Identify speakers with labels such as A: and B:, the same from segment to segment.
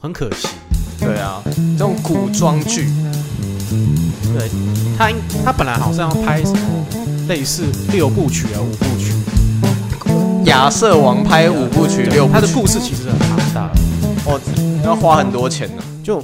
A: 很可惜。
B: 对啊，这种古装剧，
A: 对他应，他本来好像要拍什么类似六部曲啊、五部曲，
B: 亚瑟王拍五部曲、六部
A: 他的
B: 曲，
A: 故事其实很庞大，
B: 哦，要花很多钱啊呢，
A: 就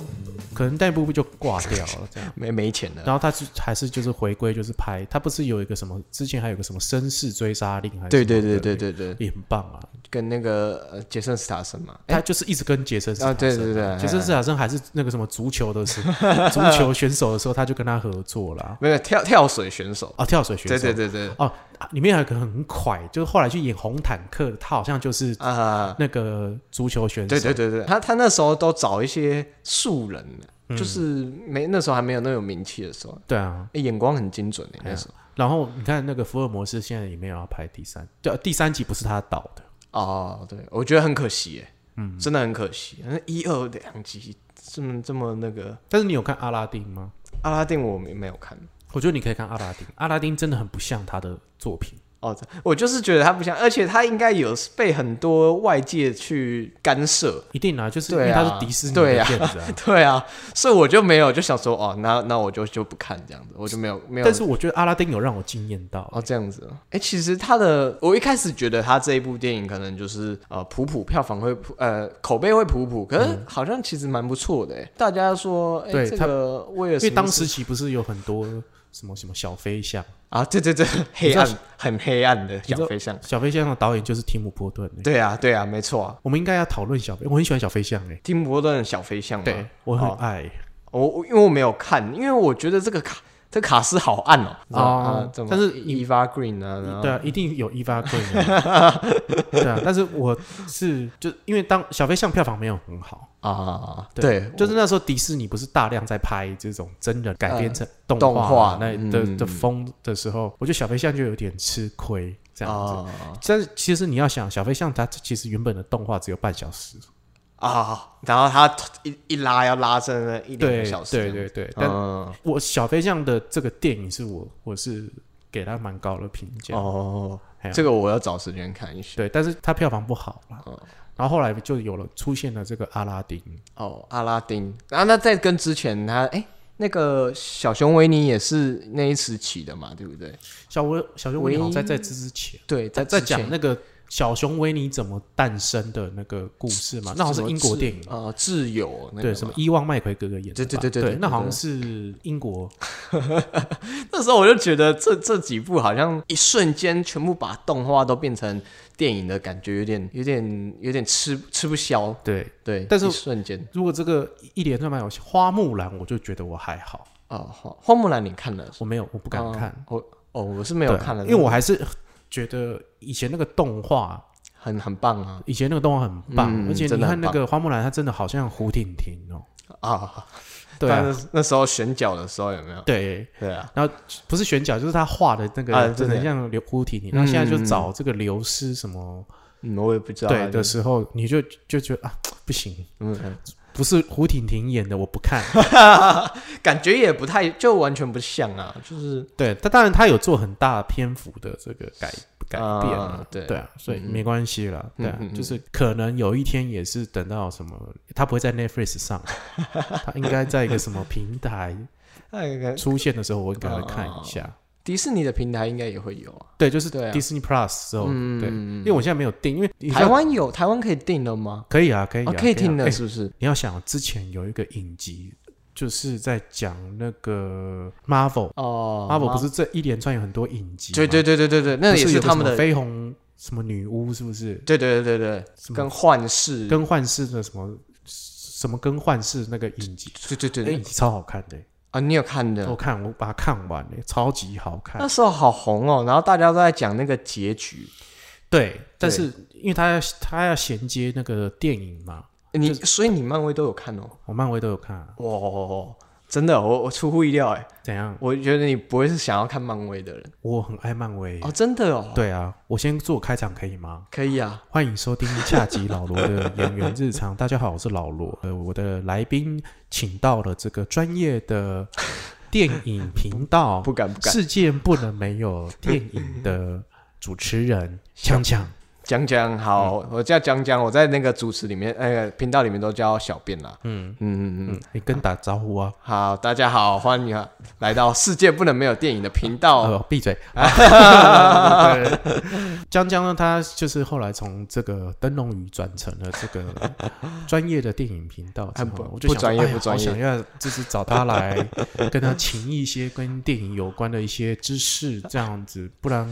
A: 可能那部就挂掉了这样。
B: 没没钱的。
A: 然后他是还是就是回归，就是拍他不是有一个什么之前还有个什么绅士追杀令还是
B: 对
A: 什么的
B: 对对对对对，
A: 也很棒啊！
B: 跟那个呃杰森斯塔森嘛，
A: 他就是一直跟杰森斯
B: 哎啊
A: 坦森
B: 对对哎对对
A: 杰森斯坦森还是那个什么足球的时候， 足球选手的时候，他就跟他合作了
B: 没有跳跳水选手，
A: 啊，跳水选
B: 对
A: 手
B: 对对对
A: 哦，啊里面还有一个很快，就是后来去演红坦克，他好像就是
B: 啊，
A: 那个足球选手，嗯
B: 对对对对，他他那时候都找一些素人，啊就是没那时候还没有那种名气的时候，
A: 对啊。
B: 欸眼光很精准的
A: 哎呀
B: 那时候。
A: 然后你看那个福尔摩斯现在也没有要拍第三，对，第三集不是他导的，
B: 哦，对，我觉得很可惜，哎，嗯，真的很可惜。那一二两集这么这么那个，
A: 但是你有看阿拉丁吗？
B: 阿拉丁我没没有看。
A: 我觉得你可以看阿拉丁，阿拉丁真的很不像他的作品。
B: 哦，我就是觉得他不像，而且他应该有被很多外界去干涉，
A: 一定啊，就是因
B: 对
A: 为它
B: 啊
A: 是迪士尼
B: 对
A: 的
B: 啊
A: 片子啊。
B: 对啊，所以我就没有就想说，哦，那那我就就不看这样子，我就没有没有。
A: 但是我觉得阿拉丁有让我惊艳到，啊
B: 哦，这样子哦，哎、其实他的，我一开始觉得他这一部电影可能就是呃普普，票房会普呃口碑会普普，可是好像其实蛮不错的哎，大家说哎、
A: 嗯对
B: 这
A: 他
B: 个威尔
A: 因
B: 史
A: 为
B: 密斯
A: 当时期不是有很多什么什么小飞象，
B: 啊，对对对，黑
A: 知道
B: 暗很黑暗的
A: 知道
B: 小飞象，
A: 小飞象的导演就是提姆波顿欸、
B: 对啊对啊，没错啊，
A: 我们应该要讨论小飞，我很喜欢小飞象哎、
B: 蒂姆·波顿的小飞象嘛，
A: 我很
B: 哦
A: 爱
B: 我我因为我没有看，因为我觉得这个卡这卡斯好暗哦，
A: 哦
B: 啊怎么
A: 但是
B: Eva Green 啊，然后
A: 对啊，一定有伊巴贵， 对啊，但是我是就因为当小飞象票房没有很好，
B: 啊，对，
A: 就是那时候迪士尼不是大量在拍这种真人改编成动
B: 呃动画
A: 画那的
B: 嗯
A: 的风的时候，我觉得小飞象就有点吃亏这样子。
B: 啊
A: 但是其实你要想，小飞象它其实原本的动画只有半小时，
B: 啊，然后他一一拉要拉真的一两
A: 对
B: 个小时这
A: 对
B: 样子，
A: 对对。但
B: 嗯，
A: 我小飞象的这个电影是我我是给它蛮高的评价，
B: 哦
A: 嘿，啊
B: 这个我要找时间看一下。
A: 对，但是它票房不好啦
B: 哦。
A: 然后后来就有了出现了这个阿拉丁，
B: 哦，阿拉丁，然、后那在跟之前他哎、那个小熊维尼也是那一时期的嘛，对不对？
A: 小维小熊维尼好像在
B: 喂
A: 在之之前
B: 对，在
A: 在
B: 之前
A: 讲那个小熊维尼怎么诞生的那个故事嘛，那好像是英国电影嘛。
B: 啊，挚、友那个
A: 对，
B: 嘛
A: 什么伊万麦奎格格演的吧？
B: 对对对对
A: 对
B: 对对
A: 那好像是英国
B: 那时候我就觉得这这几部好像一瞬间全部把动画都变成电影的感觉，有点有点有点吃吃不消。
A: 对。
B: 对，
A: 但是
B: 一瞬间
A: 如果这个一连串蛮有花木兰，我就觉得我还好，
B: 哦，花花木兰你看了是
A: 我没有，我不
B: 不
A: 敢看，
B: 我哦，我是没有
A: 对
B: 看了，
A: 因为我还是觉得以前那个动画，
B: 很很棒啊
A: 以前那个动画很棒，
B: 嗯
A: 而且
B: 真
A: 你
B: 的
A: 看
B: 很
A: 那
B: 棒
A: 个花木兰，她真的好像胡婷婷哦，
B: 啊！
A: 对啊
B: 但是那时候选角的时候有没有？
A: 对，
B: 对啊，
A: 不是选角，就是她画的那
B: 啊
A: 个，真
B: 对
A: 的
B: 对
A: 像刘胡婷婷。那现在就
B: 嗯
A: 找这个刘诗什么
B: 嗯，我也不知道啊。
A: 对的时候，你就就觉得啊，不行，
B: 嗯，
A: 不是胡婷婷演的，我不 看。
B: 感觉也不太，就完全不像啊，就是
A: 对，但当然她有做很大篇幅的这个改改变
B: 啊
A: 啊，
B: 对
A: 对啊，所以
B: 嗯
A: 没关系啦，对啊
B: 嗯嗯，嗯
A: 就是可能有一天也是等到什么，她不会在 Netflix 上，她应该在一个什么平台
B: 哎，感
A: 出现的时候，我应该会看一下。
B: 迪士尼的平台应该也会有啊。
A: 对，就是
B: 哦对啊
A: Disney Plus 之后，对，
B: 嗯
A: 因，为我现在没有订，因为你知道
B: 台湾有，台湾可以订了吗？
A: 可以啊，可以啊
B: 哦，，可以
A: 啊
B: 订
A: 哎
B: 了，是不是？
A: 你要想，之前有一个影集，就是在讲那个 Marvel，Marvel、
B: 哦
A: Marvel 啊不是这一连串有很多影集吗，
B: 对对对对对对，那
A: 不
B: 也
A: 是
B: 是
A: 有个
B: 他们
A: 什么
B: 的，
A: 绯红什么女巫，是不是？
B: 对对对对
A: 什
B: 对，
A: 么
B: 跟幻视，
A: 跟幻视的什么什么跟幻视那个影集，
B: 对对
A: 那
B: 对
A: 影集超好看的、
B: 啊，你有看的
A: 我？看我把它看完了、超级好哦看
B: 那。时候好红哦，然后大家都在讲那个结局，
A: 对，但是因为它要它要衔接那个电影嘛，
B: 你所以你漫威都有看哦，
A: 我漫威都有看、啊，
B: 哇，真的，我我出乎意料哎，
A: 怎样？
B: 我觉得你不会是想要看漫威的人
A: 我很爱漫威。
B: 哦，真的哦，
A: 哎对啊，我先做开场可以吗？
B: 可以啊，
A: 欢迎收听下集老罗的演员日常。 大家好，我是老罗。呃，我的来宾请到了这个专业的电影频 道，
B: 不敢不敢，
A: 世界不能没有电影的主持人锵锵。
B: 江江好，
A: 嗯
B: 我叫江江，我在那个主持里面，那个频道里面都叫小便啦。嗯嗯嗯嗯，
A: 嗯，你跟打招呼啊，
B: 好，大家好，欢迎啊来到世界不能没有电影的频道。
A: 呃，闭嘴。 对江江呢，他就是后来从这个灯笼鱼转成了这 个专业的电影频道之
B: 很
A: 后，
B: 不
A: 我就想
B: 不
A: 说哎
B: 专业
A: 呀
B: 不专
A: 好
B: 业
A: 想要就是找他来 跟他请一些跟电影有关的一些知识，这样子，不然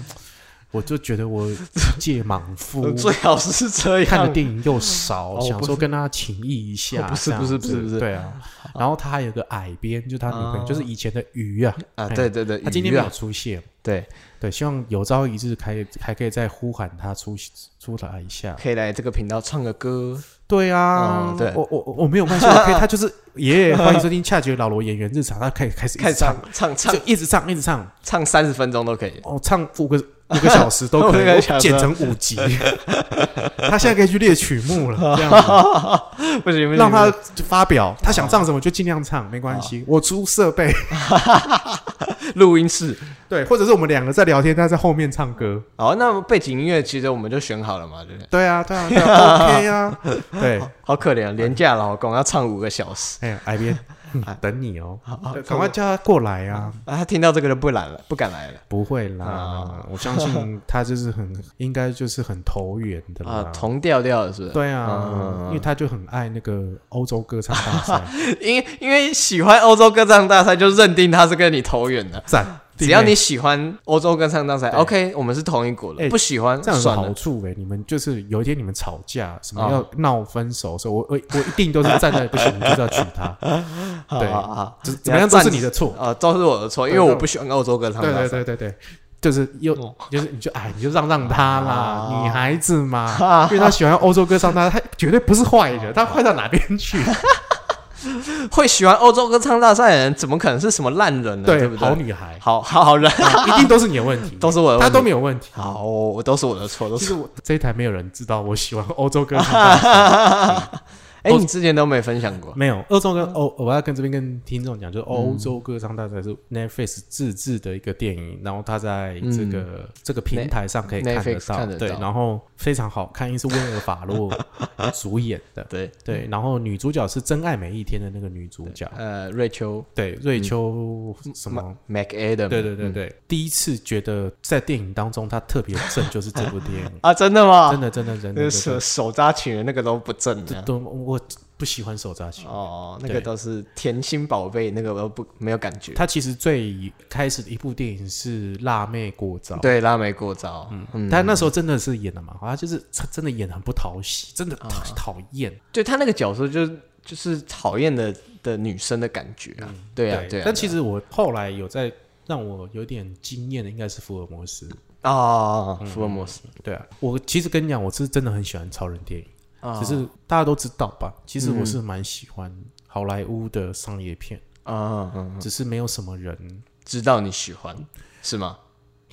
A: 我就觉得我一介莽夫，
B: 呃 最好是这
A: 看的
B: 样。
A: 电影又少，
B: 哦
A: 想
B: 不
A: 说跟他情谊一下，
B: 哦不是
A: 这样
B: 不是
A: 子
B: 不是不是
A: 对啊。然后他还有个矮边，就是他女朋友，
B: 哦
A: 就是以前的鱼啊，
B: 啊，
A: 哎
B: 对对对，
A: 他今天
B: 鱼
A: 没
B: 啊
A: 有出现，
B: 对，
A: 对，希望有朝一日还 还可以再呼喊他出出来一下。
B: 可以来这个频道唱个歌。
A: 对啊，
B: 哦对
A: 我我我我没有关系， 我可以，他就是耶，欢迎收听恰吉老罗演员日常，他开始开始一直
B: 开始唱
A: 唱，
B: 唱唱
A: 就一直唱一直唱，
B: 唱三十分钟都可以。
A: 哦，唱五个五个小时都可
B: 五
A: 以，
B: 个
A: 我
B: 小时
A: 剪成五 集，他现在可以去列曲目了，这样子。
B: 不行不行，
A: 让他发表，他想唱什么就尽量唱，没关系，我出设 备，
B: 录音室。
A: 对，或者是我们两个在聊天，他在后面唱歌，
B: 好，那背景音乐其实我们就选好了嘛，对不对？
A: 对啊，对啊，对 啊，OK 啊，对，
B: 好可怜，啊
A: 嗯
B: 廉价老公要唱五个小时
A: 哎呀，海 边嗯等你哦
B: 好，
A: 对赶快叫他过来啊，
B: 啊！他听到这个就不来了，不敢来了
A: 不会啦
B: 啊，
A: 我相 信他就是很，应该就是很投缘的
B: 啊
A: 啦，，
B: 同调调的是不是？
A: 对
B: 嗯
A: 啊，因为他就很爱那个欧洲歌唱大 赛，
B: 因为因为喜欢欧洲歌唱大赛，就认定他是跟你投缘的。
A: 赞，
B: 只要
A: 弟妹
B: 你喜欢欧洲歌唱大赛
A: 对
B: ，OK，我们是同一国了。
A: 哎
B: 不喜欢
A: 这样有
B: 算
A: 好
B: 了，
A: 处哎、你们就是有一天你们吵架，什么
B: 啊
A: 要闹分手的时候，我我我一定都是站在不行，我就是要娶 她，
B: 好
A: 对
B: 好好好
A: 怎怎么样都是你的错。
B: 啊，都是我的错，因
A: 对
B: 为我
A: 那
B: 不喜欢欧洲歌唱
A: 对
B: 大
A: 对
B: 赛。
A: 对对对，就是又
B: 哦
A: 就是你就哎，你就让让她啦，
B: 啊
A: 女孩子嘛， 因为她喜欢欧洲歌唱，她她绝对不是坏人，她坏到哪边 去？
B: 会喜欢欧洲歌唱大赛的人，怎么可能是什么烂人呢？对
A: 对
B: 不，
A: 好
B: 对？
A: 女孩
B: 好好好人，
A: 啊一定都是你的问题，
B: 都是我的问
A: 她
B: 题。
A: 都没有 问题。
B: 好，我都是我的错，都
A: 其实。
B: 是
A: 我这一台没有人知道我喜欢欧洲歌唱大赛，
B: 哎，
A: 我
B: 你之前都没分享过
A: 没有，欧洲跟欧，我要跟这边跟听众讲，就是欧洲歌唱大赛是 Netflix 自制的一个电影，然后它在这个、这个平台上可以看得
B: 嗯 Netflix
A: 到，
B: 看得
A: 对，
B: 到
A: 然后非常好看，因为是威尔法洛主演的，
B: 对，
A: 对，然后女主角是《真爱每一天》的那个女主角，
B: 呃，瑞秋
A: 对，瑞秋什么？
B: Mac Adam，
A: 对对对对，第一次觉得在电影当中她特别正，就是这部电影
B: ，啊，真的啊吗？
A: 真的真的真
B: 那
A: 的真
B: 个手
A: 的，
B: 手扎起源那个都不正的
A: 都我不喜欢手抓心。
B: 哦，那
A: 对
B: 个都是甜心宝贝，那个我不没有感觉。
A: 他其实最开始的一部电影是《辣妹过招》，
B: 对，拉美过招，嗯，
A: 他那时候真的是演的蛮好，他就是他真的演得很不讨喜，真的
B: 啊
A: 讨讨厌。
B: 对他那个角色就是就是讨厌的的女生的感觉啊，对啊，对啊。
A: 嗯但其实我后来有在让我有点惊艳的，应该是福尔摩斯。
B: 啊，
A: 嗯
B: 福尔摩斯
A: 对啊，我其实跟你讲，我是真的很喜欢超人电影，
B: 啊嗯
A: 只是大家都知道吧？其实我是蛮喜欢好莱坞的商业片，
B: 啊，嗯
A: 只是没有什么人。
B: 知道你喜欢是吗？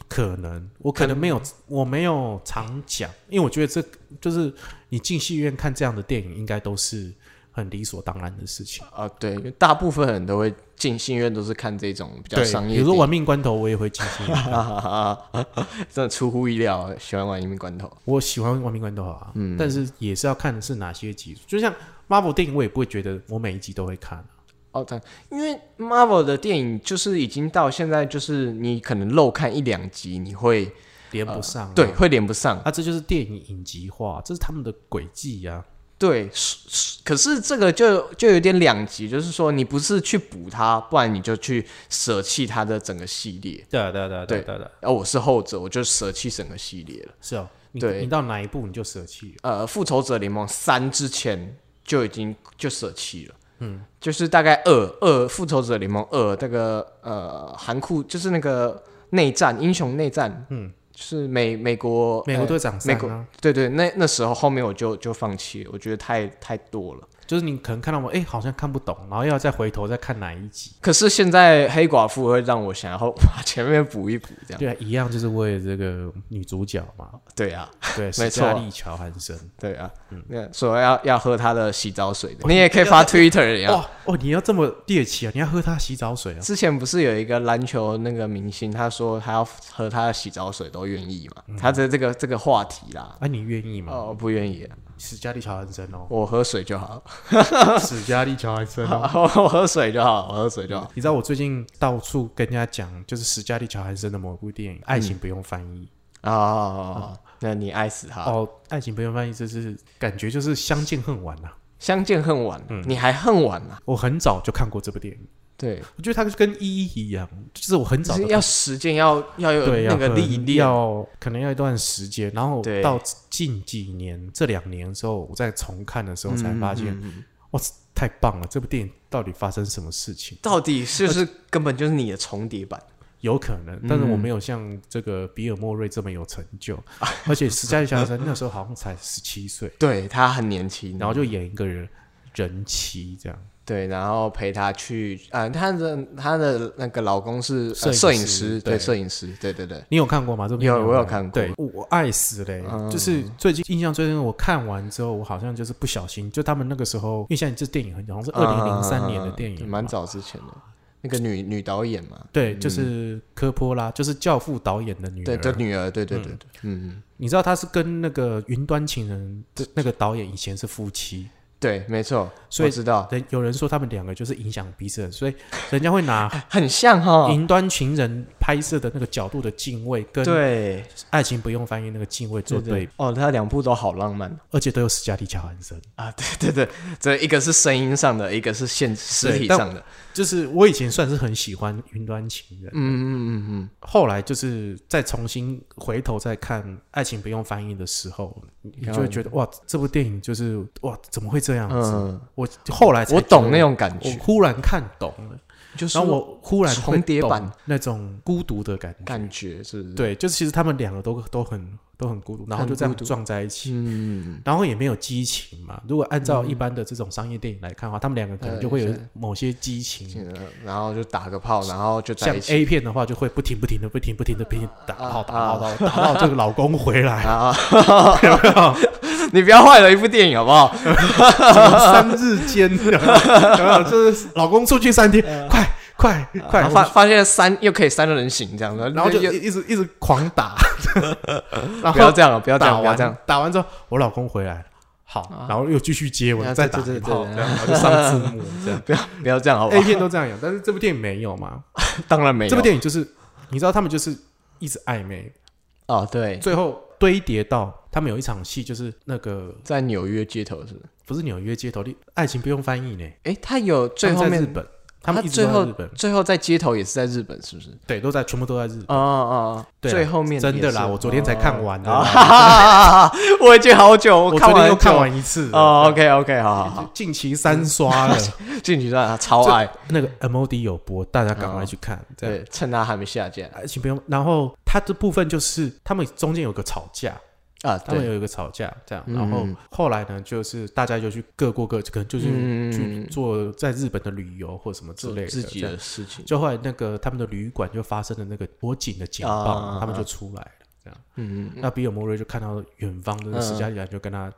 A: 可能我可能没有，我没有常讲，因为我觉得这就是你进戏院看这样的电影，应该都是很理所当然的事情。
B: 啊，对，因为大部分人都会进戏院都是看这种比较商业电影，啊
A: 比如说《玩命关头》，我也会进 戏院。
B: 哈哈哈哈， 真的出乎意料，喜欢玩一命关头。
A: 我喜欢《玩命关头》啊，
B: 嗯
A: 但是也是要看的是哪些集数。就像 Marvel 电影，我也不会觉得我每一集都会看啊。
B: 哦，对，因为 Marvel 的电影就是已经到现在，就是你可能漏看一两集，你会
A: 连不上、
B: 呃对，会连不上。
A: 啊，这就是电影影集化，这是他们的轨迹啊呀。
B: 对，是是可是这个就就有点两极，就是说你不是去补它，不然你就去舍弃它的整个系列。
A: 对啊，对啊，对啊，
B: 对
A: 对啊，
B: 而我是后者，我就舍弃整个系列了。
A: 是哦。你
B: 对
A: 你到哪一步你就舍弃了？
B: 呃，复仇者联盟三之前就已经就舍弃了。嗯，就是大概二二复仇者联盟二那个呃韩酷就是那个内战英雄内战，嗯，就是美美国呃
A: 美国队长三
B: 美
A: 啊，
B: 对对，那那时候后面我就就放弃了，我觉得太太多了。
A: 就是你可能看到我，哎、好像看不懂，然后要再回头再看哪一集。
B: 可是现在黑寡妇会让我想要把前面补一补，这样
A: 对啊，一样就是为了这个女主角嘛，
B: 对啊，
A: 对，
B: 错
A: 史嘉丽·乔韩森。
B: 对啊，
A: 嗯
B: 那所以要要喝她的洗澡水
A: 哦
B: 的，你也可以发 Twitter 呀。
A: 哇哦，你要这么猎奇啊？你要喝她洗澡水啊？
B: 之前不是有一个篮球那个明星，他说他要喝他的洗澡水都愿意嘛？
A: 嗯
B: 他的这个这个话题啦，
A: 啊，你愿意吗？
B: 哦，我不愿意，，
A: 史嘉丽·乔韩森 哦
B: 我喝水就好，
A: 史嘉丽·乔韩森哦。
B: 我喝水就好，我喝水就好。
A: 你知道我最近到处跟人家讲，就是史嘉丽·乔韩森的某部电影《爱情不用翻译
B: 哦，那你爱死》他，
A: 嗯哦，《爱情不用翻译》就是感觉就是相见恨晚呐、啊
B: 相见恨晚，
A: 嗯
B: 你还恨晚啊？
A: 我很早就看过这部电影，
B: 对，
A: 我觉得它就跟《一一》一样，就是我很
B: 就
A: 早
B: 是
A: 就
B: 要实践，要要有
A: 对
B: 那
A: 要
B: 个
A: 可
B: 历
A: 能
B: 练。
A: 要可能要一段时间，然后
B: 对
A: 到近几年这两年之后，我再重看的时候
B: 嗯
A: 才发现，哇，太棒了！这部电影到底发生什么事情？
B: 到底是不是根本就是你的重叠版？
A: 有可能，但
B: 嗯
A: 是我没有像这个比尔莫瑞这么有成就， 而且史嘉丽·乔韩森那时候好像才十七岁，
B: 对他很年轻，
A: 然后就演一个人人妻这样，
B: 对，然后陪她去，啊，她的她的那个老公是
A: 摄
B: 呃
A: 影
B: 摄影
A: 师
B: 师，
A: 对
B: 对，摄影师，对对对，
A: 你有看过吗？这部片
B: 有
A: 你
B: 我有
A: 吗
B: 看过
A: 对，我我爱死嘞、
B: 嗯
A: 就是最近印象最深，我看完之后，我好像就是不小心，就他们那个时候，因为现在这电影很好像是二零零三年的电影
B: 嗯
A: 嘛，
B: 蛮早之前的，那个女女导演嘛，嗯
A: 对，就是科波拉，就是《教父》导演的女儿。
B: 对对，女儿，对对对对，嗯，
A: 你知道她是跟那个《云端情人》的那个导演以前是夫妻，
B: 对，没错，
A: 所以
B: 我知道，
A: 人有人说他们两个就是影响彼此，所以人家会 拿《
B: 很像哈，
A: 云端情人》拍摄的那个角度的敬畏跟《
B: 对，
A: 爱情不用翻译》那个敬畏做
B: 对
A: 对比，
B: 哦，他两部都好 浪漫
A: 而且都有史嘉丽·乔韩森。
B: 啊，对对对，这一个是声音上的，一个是现实
A: 对
B: 体
A: 但
B: 上的，
A: 就是我以前算是很喜欢《云端情人》，
B: 嗯嗯嗯嗯，
A: 后来就是再重新回头再看《爱情不用翻译》的时候，你就会觉得哇，这部电影就是哇，怎么会这样子？
B: 嗯
A: 我后来才
B: 我懂那
A: 觉
B: 种感
A: 得，我
B: 觉，
A: 忽然看懂了，
B: 就是
A: 然后我忽然会
B: 重叠
A: 懂
B: 版嗯
A: 那种孤独的感觉。
B: 感觉是不是，
A: 对，就是其实他们两个都都很都很孤独，然后就这样撞在一起，
B: 嗯，
A: 然后也没有激情嘛。如果按照一般的这种商业电影来看的话，他们两个可能
B: 对
A: 就会有
B: 哎是
A: 某些激情，啊
B: 然后就打个炮，然后就在
A: 像
B: 一起
A: A 片的话，就会不停不停的、不停不停的、不停地打
B: 啊
A: 炮、打
B: 啊
A: 炮、打炮，打到这个老公回 来，
B: 啊！你不要坏了一部电影好不好？
A: 三日间，有没有就是老公出去三天，快快快
B: 然后，发发现三又可以三人行这样的，
A: 啊然后就
B: 又
A: 一一直一直狂 打，然
B: 不要
A: 后
B: 这样了，不要这
A: 打
B: 样，不要这样
A: 完。打完之后，我老公回来了，好，然后又继续接
B: 啊
A: 吻，再打
B: 对
A: 一
B: 对对
A: 炮，
B: 对
A: 这样然后就上字幕，这样
B: 不要这样，好不
A: A
B: 好？
A: 片都这样演，但是这部电影没有嘛？
B: 当然没有。
A: 这部电影就是你知道他们就是一直暧昧，
B: 哦，对，
A: 最后堆叠到他们有一场戏就是那个。
B: 在纽约街头是不是，
A: 不是纽约街头，你爱情不用翻译呢。
B: 哎，他有最
A: 他
B: 后
A: 们在日
B: 面，
A: 本，他们一直
B: 最
A: 都在
B: 后
A: 日本，
B: 最后在街头也是在日本，是不是？
A: 对，都在全部都在日本。
B: 哦哦，哦
A: 对啊
B: 最后面
A: 真的
B: 也是哦
A: 啦，我昨天才看完的啦，
B: 啊， 我已经好 久，
A: 我
B: 看
A: 昨天
B: 完
A: 又看
B: 很久。
A: 完一次了。
B: 哦，OK OK，好好好，
A: 近期三刷了，
B: 进去站超爱，
A: 那个 MOD 有播，大家赶快去看。这样
B: 哦对，趁他还没下架
A: 爱情不用。然后它这部分就是他们中间有个吵架，
B: 啊，
A: 他们
B: 对，
A: 有一个吵架这样，
B: 嗯
A: 然后后来呢，就是大家就去各过各，可能就是
B: 嗯
A: 去做在日本的旅游或什么之
B: 做
A: 类的。
B: 自己
A: 这样
B: 的事情。
A: 就后来那个他们的旅馆就发生了那个火警的警报，
B: 啊
A: 他们就出来了。这样，
B: 嗯，
A: 那比尔莫瑞就看到远方的史嘉丽安就跟他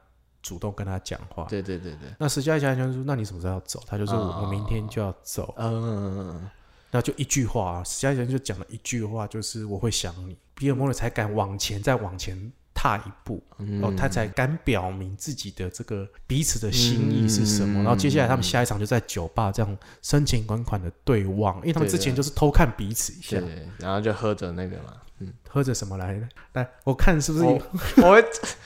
A: 主动跟他讲话。
B: 对对对对，
A: 那史嘉丽安就说：“那你什么时候要走？”他就说：“
B: 啊
A: 我我明天就要走。
B: 嗯，”
A: 那就一句话，史嘉丽安就讲了一句话，就是“我会想你”。比尔莫瑞才敢往前，再往前踏一步，
B: 嗯
A: 哦，他才敢表明自己的这个彼此的心意是什么。
B: 嗯
A: 然后接下来他们下一场就在酒吧这样深情款款的对望，因为他们之前就是偷看彼此一下
B: 对，，然后就喝着那个嘛，嗯，
A: 喝着什么来呢？来，我看是不是
B: 我我会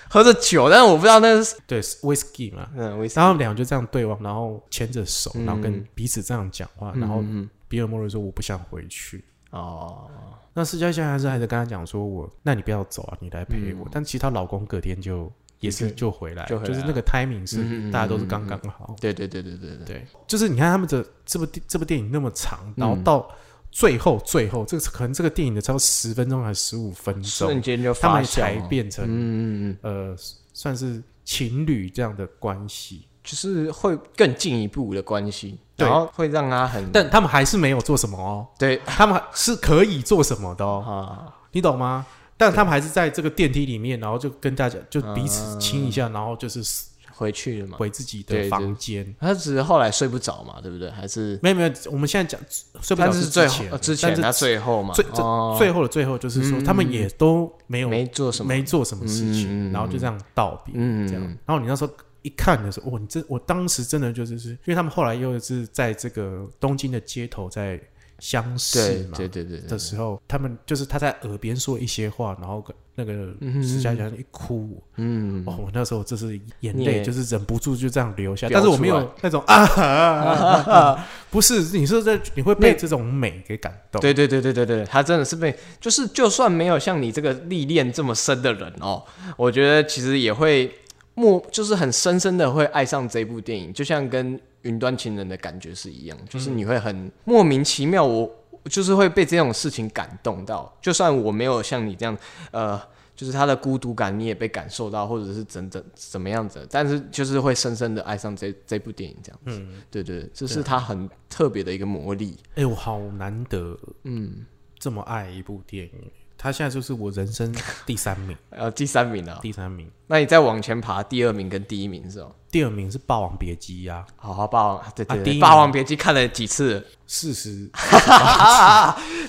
B: 喝着酒，但是我不知道那是
A: 对 whisky 嘛，
B: 嗯，威士
A: 然后两个就这样对望，然后牵着手，
B: 嗯
A: 然后跟彼此这样讲话，然后比尔莫瑞说我不想回去。
B: 哦，
A: 那施嘉欣还是还是跟他讲说我，那你不要走啊，你来陪我。但其实她老公隔天就也是
B: 对
A: 就回来，
B: 嗯就回来
A: 是那个 timing 是
B: 嗯嗯嗯
A: 大家都是刚刚好。
B: 对对对对对对，
A: 对，就是你看他们的这部电这部电影那么长，然后
B: 嗯
A: 到最后最后，这个可能这个电影的差不多十分钟还是十五分
B: 瞬
A: 钟，
B: 间就
A: 他
B: 发
A: 们
B: 酵
A: 才
B: 哦，
A: 变成
B: 嗯嗯嗯，
A: 呃算是情侣这样的关系。
B: 就是会更进一步的关系，
A: 对
B: 然后会让他很
A: 但他们还是没有做什么哦，
B: 对
A: 他们还是可以做什么的哦，
B: 啊，
A: 你懂吗？但他们还是在这个电梯里面，然后就跟大家就彼此亲一下，然后就是
B: 回去了嘛。
A: 回自己
B: 对
A: 的
B: 对
A: 房间。
B: 他只是后来睡不着嘛，对不对？还是
A: 没有没有，我们现在讲睡不
B: 他
A: 着
B: 是
A: 是
B: 最后
A: 前
B: 呃
A: 之
B: 之前他
A: 但是
B: 最后嘛，
A: 最最
B: 哦
A: 最后的最后就是说，他们也都没有
B: 没做什么，
A: 没做什么事
B: 嗯嗯
A: 情，
B: 嗯
A: 然后就这样道别，
B: 嗯
A: 这样。然后你那时候一看的时候，哇，你这我当时真的就是是，因为他们后来又是在这个东京的街头在相识
B: 对
A: 嘛，
B: 对对对对
A: 的时候，他们就是他在耳边说一些话，然后那个
B: 嗯
A: 石佳佳一哭，
B: 嗯，
A: 哇！我那时候就是眼
B: 你
A: 泪
B: 也
A: 就是忍不住就这样流下，
B: 飙
A: 但
B: 出
A: 是我没有那种啊哈啊哈，啊哈不是，你是在你会被
B: 那
A: 这种美给感动，
B: 对对对对对对，他真的是被，就是就算没有像你这个历练这么深的人哦，我觉得其实也会默，就是很深深的会爱上这部电影，就像跟《云端情人》的感觉是一样，就是你会很莫名其妙，我就是会被这种事情感动到，就算我没有像你这样，呃。就是他的孤独感，你也被感受到，或者是怎怎怎么样子，但是就是会深深的爱上这这部电影这样子。嗯，对对，这是他很特别的一个魔力。
A: 哎，我好难得
B: 嗯，
A: 这么爱一部电影，他现在就是我人生第三 名，
B: 呃，第三名了、
A: 第三名，
B: 那你再往前爬，第二名跟第一名是哦。
A: 第二名是《霸王别姬》呀，
B: 好好，霸王，对对
A: 啊
B: 对
A: 第一
B: 《
A: 名
B: 霸王别姬》看了几次？
A: 四十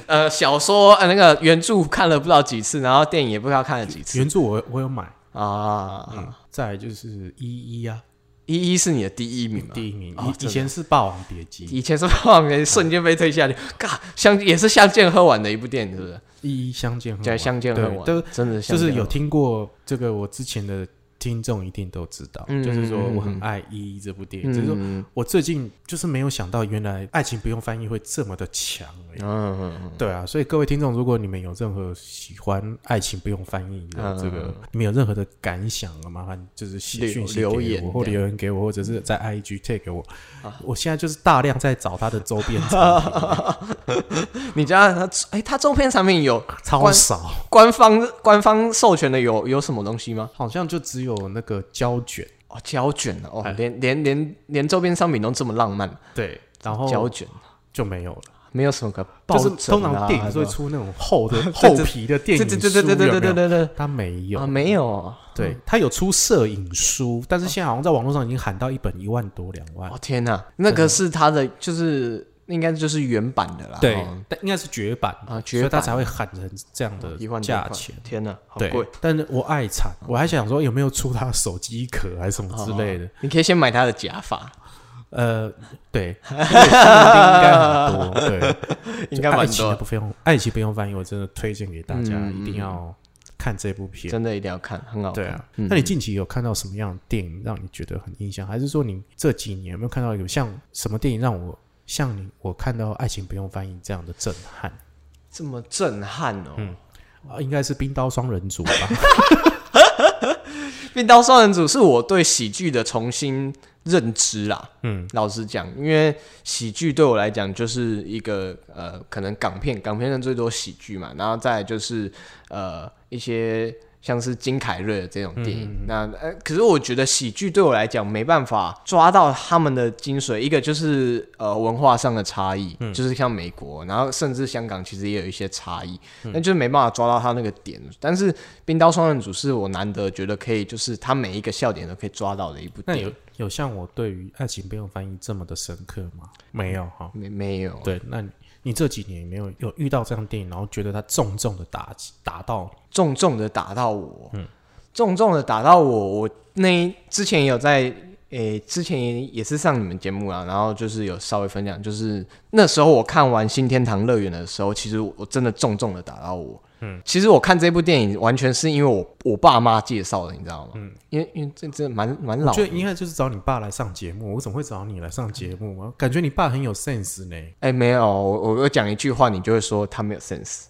B: 呃，小说呃那个原著看了不知道几次，然后电影也不知道看了几次
A: 原著我我有买，
B: 啊。
A: 嗯，再来就是一一啊，
B: 一一是你的第一名嘛？
A: 第一名，
B: 哦真
A: 以
B: 的
A: 以前是《霸王别姬》，
B: 以前是霸王别姬，瞬间被推下去，嘎，相也是相见恨晚的一部电影，是不是？
A: 一一相见恨
B: 叫
A: 晚，
B: 相见
A: 嗯
B: 恨
A: 对，
B: 晚，
A: 都
B: 真的相
A: 就
B: 见
A: 是
B: 恨
A: 有
B: 晚
A: 听过这个，我之前的听众一定都知道，
B: 嗯
A: 就是说我很爱《一一》这部电影，只是说
B: 嗯
A: 我最近就是没有想到，原来爱情不用翻译会这么的强、欸。
B: 嗯嗯
A: 对啊，所以各位听众，如果你们有任何喜欢爱情不用翻译的这个，你们有任何的感想啊，麻烦就是写
B: 嗯留
A: 讯息
B: 留
A: 给
B: 言
A: 我，或
B: 这啊
A: 留言给我，或者是在 IG tag 给我。我现在就是大量在找他的周边产 品，
B: 嗯，你家他哎，他周边产品有
A: 超
B: 关
A: 少，
B: 官方官方授权的有有什么东西吗？
A: 好像就只有那个胶卷，
B: 哦，胶卷哦，
A: 哎
B: 连连连连周边商品都这么浪漫，
A: 对，然
B: 胶
A: 后
B: 卷
A: 就没有了。
B: 没有什么可抱
A: 哦就是
B: 枕啊，
A: 通常电影
B: 是
A: 是会
B: 吧
A: 出那种厚的厚皮的电
B: 对
A: 影
B: 对
A: 书，
B: 对对对
A: 有
B: 对对
A: 没有
B: 对对
A: 他没有
B: 啊，，没有啊哦，
A: 对他有出摄影书，但是现在好像在网络上已经喊到一本一万多两万
B: 哦，天哪，那个是他的，就是应该就是原版的啦，
A: 对
B: 哦，
A: 但应该是绝版，
B: 啊，
A: 所以
B: 绝
A: 他
B: 版哦
A: 才会喊成这样的
B: 一万多
A: 价
B: 块
A: 钱，。
B: 天哪，好
A: 对
B: 贵，，
A: 但是我爱惨，我还想说有没有出他的手机壳还是什么之类的，
B: 你可以先买他的假发，
A: 呃， 对，这个这个一定应该很多，对，
B: 应该
A: 就爱
B: 蛮
A: 情
B: 多
A: 的
B: 的，
A: 不用，爱情不用翻译，我真的推荐给大家，
B: 嗯
A: 一定要看这部片。
B: 真的嗯一定要看，很好看，
A: 对啊，那你近期有看到什么样的电影让你觉得很印象？还是说你这几年有没有看到有像什么电影让我像你我看到《爱情不用翻译》这样的震撼？
B: 这么震撼哦，
A: 啊，应该是《冰刀双人组》吧？
B: 变刀双人组是我对喜剧的重新认知啦。嗯，老实讲，因为喜剧对我来讲就是一个呃，可能港片，港片的最多喜剧嘛，然后再来就是呃一些像是金凯瑞的这种电影。
A: 嗯
B: 那呃，可是我觉得喜剧对我来讲没办法抓到他们的精髓，一个就是呃文化上的差异，
A: 嗯
B: 就是像美国，然后甚至香港其实也有一些差异，
A: 嗯
B: 那、就是没办法抓到他那个点。但是冰刀双人组是我难得觉得可以，就是他每一个笑点都可以抓到的一部
A: 那
B: 电
A: 有
B: 影。
A: 有像我对于《爱情不用翻译》这么的深刻吗？没有哈。
B: 没没有，
A: 对，那你你这几年有没有有遇到这样的电影，然后觉得它重重的打击打到你？
B: 重重的打到我，重重的打到我。我那一之前也有在，诶、之前也也是上你们节目啊，然后就是有稍微分享，就是那时候我看完《新天堂乐园》的时候，其实我真的重重的打到我。嗯，其实我看这部电影完全是因为我我爸妈介绍的，你知道吗？嗯，因为因为这这蛮蛮老
A: 我觉
B: 的
A: 得，应该就是找你爸来上节目，我怎么会找你来上节目吗？感觉你爸很有 sense 呢。
B: 哎、没有，我我我讲一句话，你就会说他没有 sense。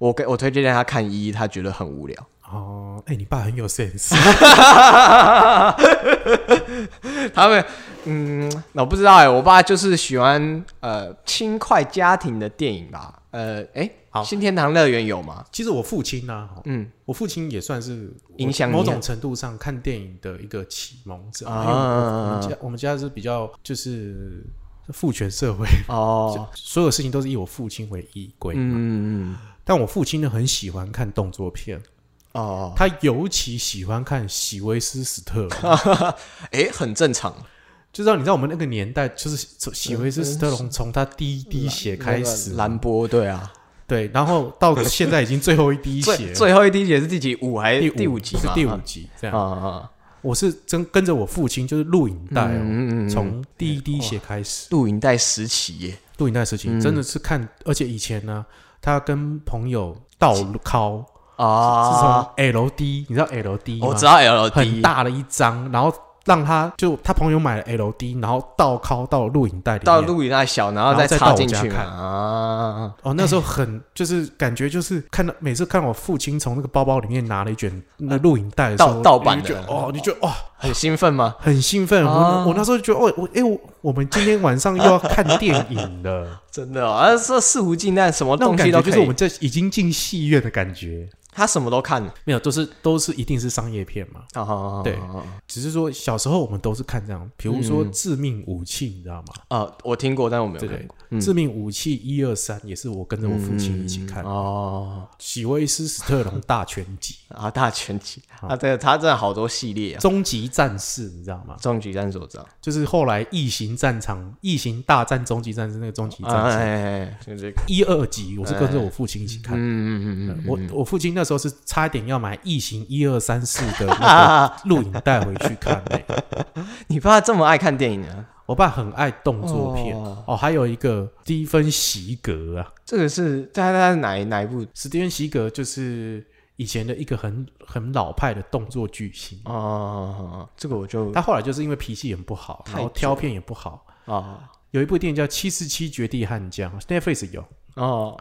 B: 我给我推荐他看一，他觉得很无聊。
A: 哦，哎、你爸很有 sense。
B: 他们，嗯，我不知道哎、我爸就是喜欢呃轻快家庭的电影吧，呃，哎、
A: 好
B: 新天堂乐园有吗？
A: 其实我父亲呢、哦
B: 嗯，
A: 我父亲也算是我
B: 影响你啊
A: 某种程度上看电影的一个启蒙者，
B: 啊
A: 因为我我们家我们家是比较就是父权社会，
B: 哦，
A: 所有事情都是以我父亲为依归。
B: 嗯嗯嗯，
A: 但我父亲呢很喜欢看动作片，
B: 哦，
A: 他尤其喜欢看喜威斯史特龙，
B: 哎，很正常。
A: 就知道你知道我们那个年代，就是喜喜威斯史特龙从他第一滴血开始
B: 那个，兰波对啊，
A: 对，然后到现在已经最后一滴
B: 最
A: 血，
B: 最后一滴血是第几五还
A: 第
B: 第五集
A: 是
B: 嘛？
A: 第五集这
B: 啊
A: 样。
B: 啊，啊
A: 我是真跟着我父亲，就是录影带哦，
B: 嗯嗯嗯嗯
A: 从第一滴血开始，
B: 录影带时期耶，
A: 录影带事情真的是看，而且以前呢，他跟朋友倒拷，
B: 啊，
A: 是从 LD，你知道 LD 吗？
B: 我知道 LD
A: 很大的一张，然后让他就他朋友买了 LD，然后倒拷到录影带里面
B: 到录影带小，然后
A: 然后再
B: 插
A: 到我
B: 进
A: 家
B: 去嘛
A: 看
B: 啊，
A: 哦，那时候很、就是感觉就是看到每次看我父亲从那个包包里面拿了一卷那录影带的时候，
B: 盗盗版
A: 你就觉
B: 的
A: 得哦，你就哇、哦、
B: 很兴奋吗？
A: 很兴奋，
B: 啊
A: 我我那时候就觉得哦我哎、我我们今天晚上又要看电影 了，
B: 真的哦啊，这肆无忌惮，什么
A: 那种
B: 东
A: 感
B: 西
A: 觉
B: 都
A: 就
B: 可
A: 是我
B: 以
A: 们，这已经进戏院的感觉。
B: 他什么都看。
A: 没有，都是都是一定是商业片嘛。
B: 哦，
A: 对
B: 哦
A: 只是说小时候我们都是看这样，比如说《致命武器》，你知道吗？
B: 哦，我听过，但我没有
A: 对
B: 看
A: 对
B: 过。，
A: 《致命武器》一二三也是我跟着我父亲一起看，
B: 哦，
A: 喜威斯史特龙大全 集、
B: 啊，大全集啊，对，他真的好多系列啊，
A: 终极战士，你知道吗？
B: 终极战所长，
A: 就是后来《异形战场》《异形大战终极战士》那个终极
B: 哎
A: 战士
B: 哎，哎就是，
A: 一二集，我是跟着我父亲一起看。
B: 嗯嗯嗯嗯
A: 呃我我父亲那时候是差一点要买《异形一二三四》的那 个录影带回去看、欸，
B: 嗯，你爸这么爱看电影啊？
A: 我爸很爱动作片
B: 哦
A: 哦还有一个斯蒂芬·席格啊，
B: 这个是他他是哪一哪一部？
A: 斯蒂芬·席格就是以前的一个很很老派的动作巨星，
B: 哦，这个我就
A: 他后来就是因为脾气很不好，然
B: 太
A: 后
B: 久
A: 挑片也不好。
B: 啊
A: 有一部电影叫《七十七绝地悍将》，Netflix 有，
B: 哦，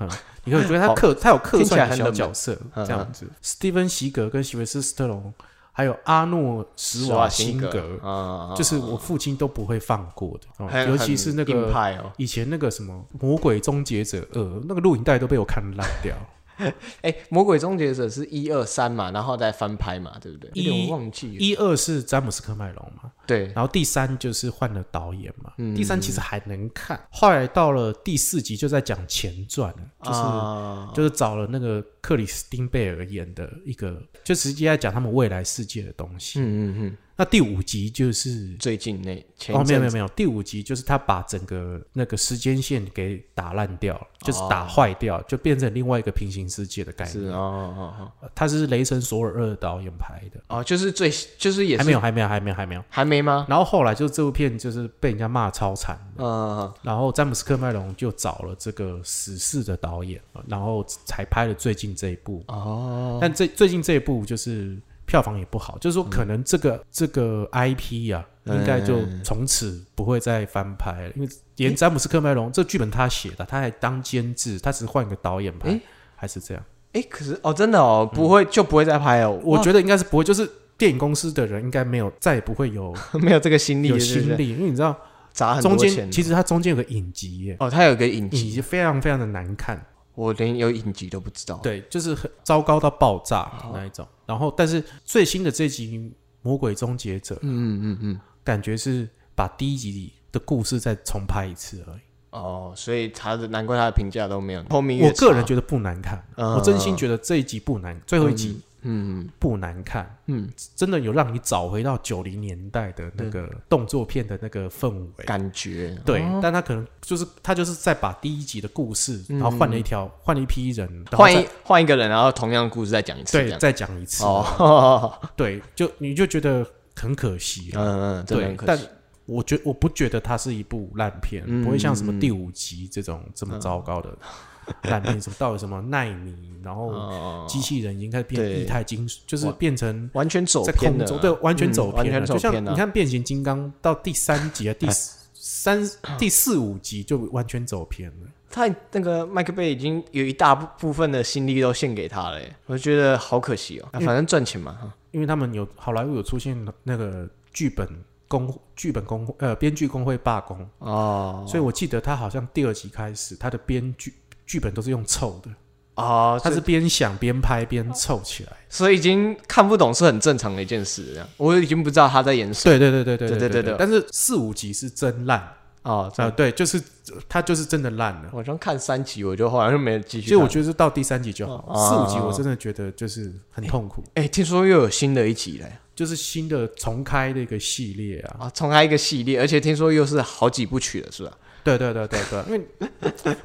A: 你可以觉得他
B: 好
A: 客他有客
B: 听起来
A: 串的小
B: 很冷门
A: 角色
B: 嗯
A: 这样子。斯蒂芬·席格跟席维斯·斯特龙，还有阿诺·史瓦辛格，
B: 啊，
A: 就是我父亲都不会放过的，哦
B: 很
A: 尤其是那
B: 很硬
A: 个
B: 派哦。
A: 以前那个什么《魔鬼终结者二》，那个录影带都被我看烂 掉。
B: 哎，《魔鬼终结者》是一二三嘛，然后再翻拍嘛，对不对？
A: 一
B: 有点忘记了。
A: 一二是詹姆斯科麦隆嘛，
B: 对，
A: 然后第三就是换了导演嘛。
B: 嗯
A: 第三其实还能看，后来到了第四集就在讲前传了，就是、
B: 啊
A: 就是找了那个克里斯汀贝尔演的一个，就直接在讲他们未来世界的东西。
B: 嗯嗯
A: 那第五集就是
B: 嗯，最近那前
A: 哦，
B: 一
A: 没有没
B: 阵
A: 有
B: 子
A: 没有，第五集就是他把整个那个时间线给打烂掉
B: 哦
A: 了，就是打坏掉，就变成另外一个平行世界的概念。
B: 是哦哦
A: 呃他是雷神索尔二的导演拍的，
B: 哦哦，就是最就是也
A: 还没
B: 是
A: 有，还没有，还没有，还没有。
B: 还没吗？
A: 然后后来就这部片就是被人家骂超惨，
B: 嗯，
A: 然后詹姆斯科麦隆就找了这个死侍的导演，然后才拍了最近这一部。
B: 哦，
A: 但这最近这一部就是票房也不好，就是说可能这
B: 嗯
A: 个、这个 IP 啊，应该就从此不会再翻拍了，因
B: 哎
A: 为连詹姆斯科麦隆这剧本他写的，他还当监制，他只是换个导演拍
B: 诶，
A: 还是这样。
B: 哎，可是哦，真的哦，不会就不会再拍哦，
A: 我
B: 哇
A: 觉得应该是不会，就是电影公司的人应该没有，再也不会 有
B: 没有这个心力，
A: 有
B: 是不
A: 心
B: 是
A: 力，因为你知道
B: 砸很多
A: 中
B: 钱
A: 间。其实嗯它中间有个影集耶，
B: 哦，他有一个影
A: 影
B: 集，
A: 集非常非常的难看，
B: 我连有影集都不知道。
A: 对，就是很糟糕到爆炸
B: 哦
A: 那一种。然后，但是最新的这一集《魔鬼终结者》，
B: 嗯嗯嗯嗯，
A: 感觉是把第一集的故事再重拍一次而已。
B: 哦，所以他的难怪他的评价都没有后面越
A: 我个人
B: 差
A: 觉得不难看，
B: 嗯
A: 我真心觉得这一集不难，最后一集
B: 嗯嗯
A: 不难看，
B: 嗯
A: 真的有让你找回到九零年代的那个动作片的那个氛围。
B: 感觉
A: 对
B: 哦，嗯
A: 但他可能就是他就是在把第一集的故事，然后换了一条，换了一批人，然后
B: 换
A: 再
B: 一换一个人，然后同样的故事再讲一次，这
A: 对
B: 样
A: 再讲一次，
B: 哦，
A: 对，就你就觉得很可惜啊。
B: 嗯嗯，真的很
A: 对，
B: 可
A: 但
B: 惜
A: 我觉我不觉得它是一部烂片，
B: 嗯
A: 不会像什么第五集这种这么糟糕的烂片，什么到底什么奈米，然后
B: 哦，
A: 机器人已经开始变
B: 对
A: 液态金属，就是
B: 哇
A: 变成
B: 完全走
A: 在
B: 偏
A: 空
B: 了
A: 中，，对，完全
B: 嗯
A: 走
B: 完
A: 偏
B: 全
A: 了。
B: 走
A: 就像
B: 偏了
A: 你看变形金刚到第三集啊，第四三第四五集就完全走偏了。
B: 他那个麦克贝已经有一大部分的心力都献给他了耶，我觉得好可惜哦。
A: 嗯
B: 啊反正赚钱嘛，哈
A: 因为他们有好莱坞有出现那个剧本工剧本工呃编剧工会罢工，
B: 哦
A: 所以我记得他好像第二集开始，他的编剧剧本都是用凑的，
B: 啊、
A: 他
B: 所以
A: 是边想边拍边凑起来。
B: 所以已经看不懂是很正常的一件事，这样我已经不知道他在演什
A: 对对对对对
B: 对
A: 对
B: 对对
A: 但是四五集是真烂
B: 么啊。这
A: 啊，
B: 样
A: 对，就是他就是真的烂了。
B: 我刚看三集，我就后来就没继续
A: 所以
B: 看。
A: 我觉得是到第三集就好，
B: 哦
A: 四五集我真的觉得就是很痛苦，
B: 哎、听说又有新的一集嘞
A: 就是新的重开的一个系列啊。
B: 啊，重开一个系列，而且听说又是好几部曲了，是吧？
A: 对对对对 对，因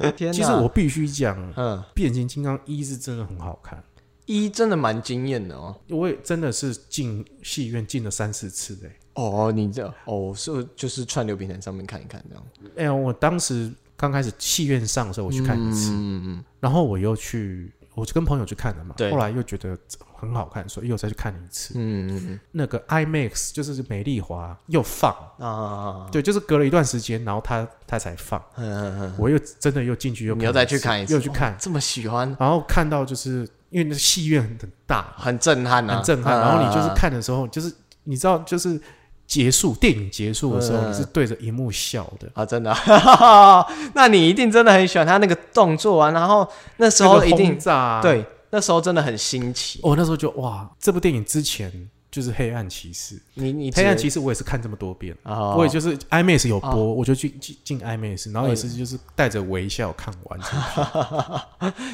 A: 为
B: 天
A: 其实我必须讲，
B: 嗯，
A: 变形金刚一是真的很好看，
B: 一真的蛮惊艳的哦。
A: 我也真的是进戏院进了三四次哎、
B: 哦，你这哦是就是串流平台上面看一看这样。
A: 哎呀，我当时刚开始戏院上的时候，我去看一次，
B: 嗯嗯
A: 然后我又去，我就跟朋友去看的嘛
B: 对，
A: 后来又觉得很好看，所以又再去看一次。
B: 嗯嗯
A: 那个 IMAX 就是美丽华又放，
B: 嗯啊，
A: 对，就是隔了一段时间，然后他他才放，
B: 嗯嗯嗯，
A: 我又真的又进去又
B: 你要再去
A: 一次
B: 看一次，
A: 又去看，
B: 这么喜欢，
A: 然后看到就是因为那戏院很大，
B: 很震撼啊，
A: 很震撼，
B: 啊
A: 然后你就是看的时候，就是你知道就是。结束电影结束的时候，
B: 嗯
A: 你是对着荧幕笑的。
B: 啊，真的 啊，那你一定真的很喜欢他那个动作啊，然后那时
A: 那
B: 候
A: 个
B: 一定
A: 轰炸啊，
B: 对，那时候真的很新奇。
A: 哦我那时候就哇，这部电影之前就是《黑暗骑士》，
B: 你你
A: 《黑暗
B: 记
A: 骑士》我也是看这么多遍，
B: 得啊，
A: 我也就是 IMAX 有播，
B: 哦
A: 我就去进进 IMAX，然后也是就是带着微笑看完。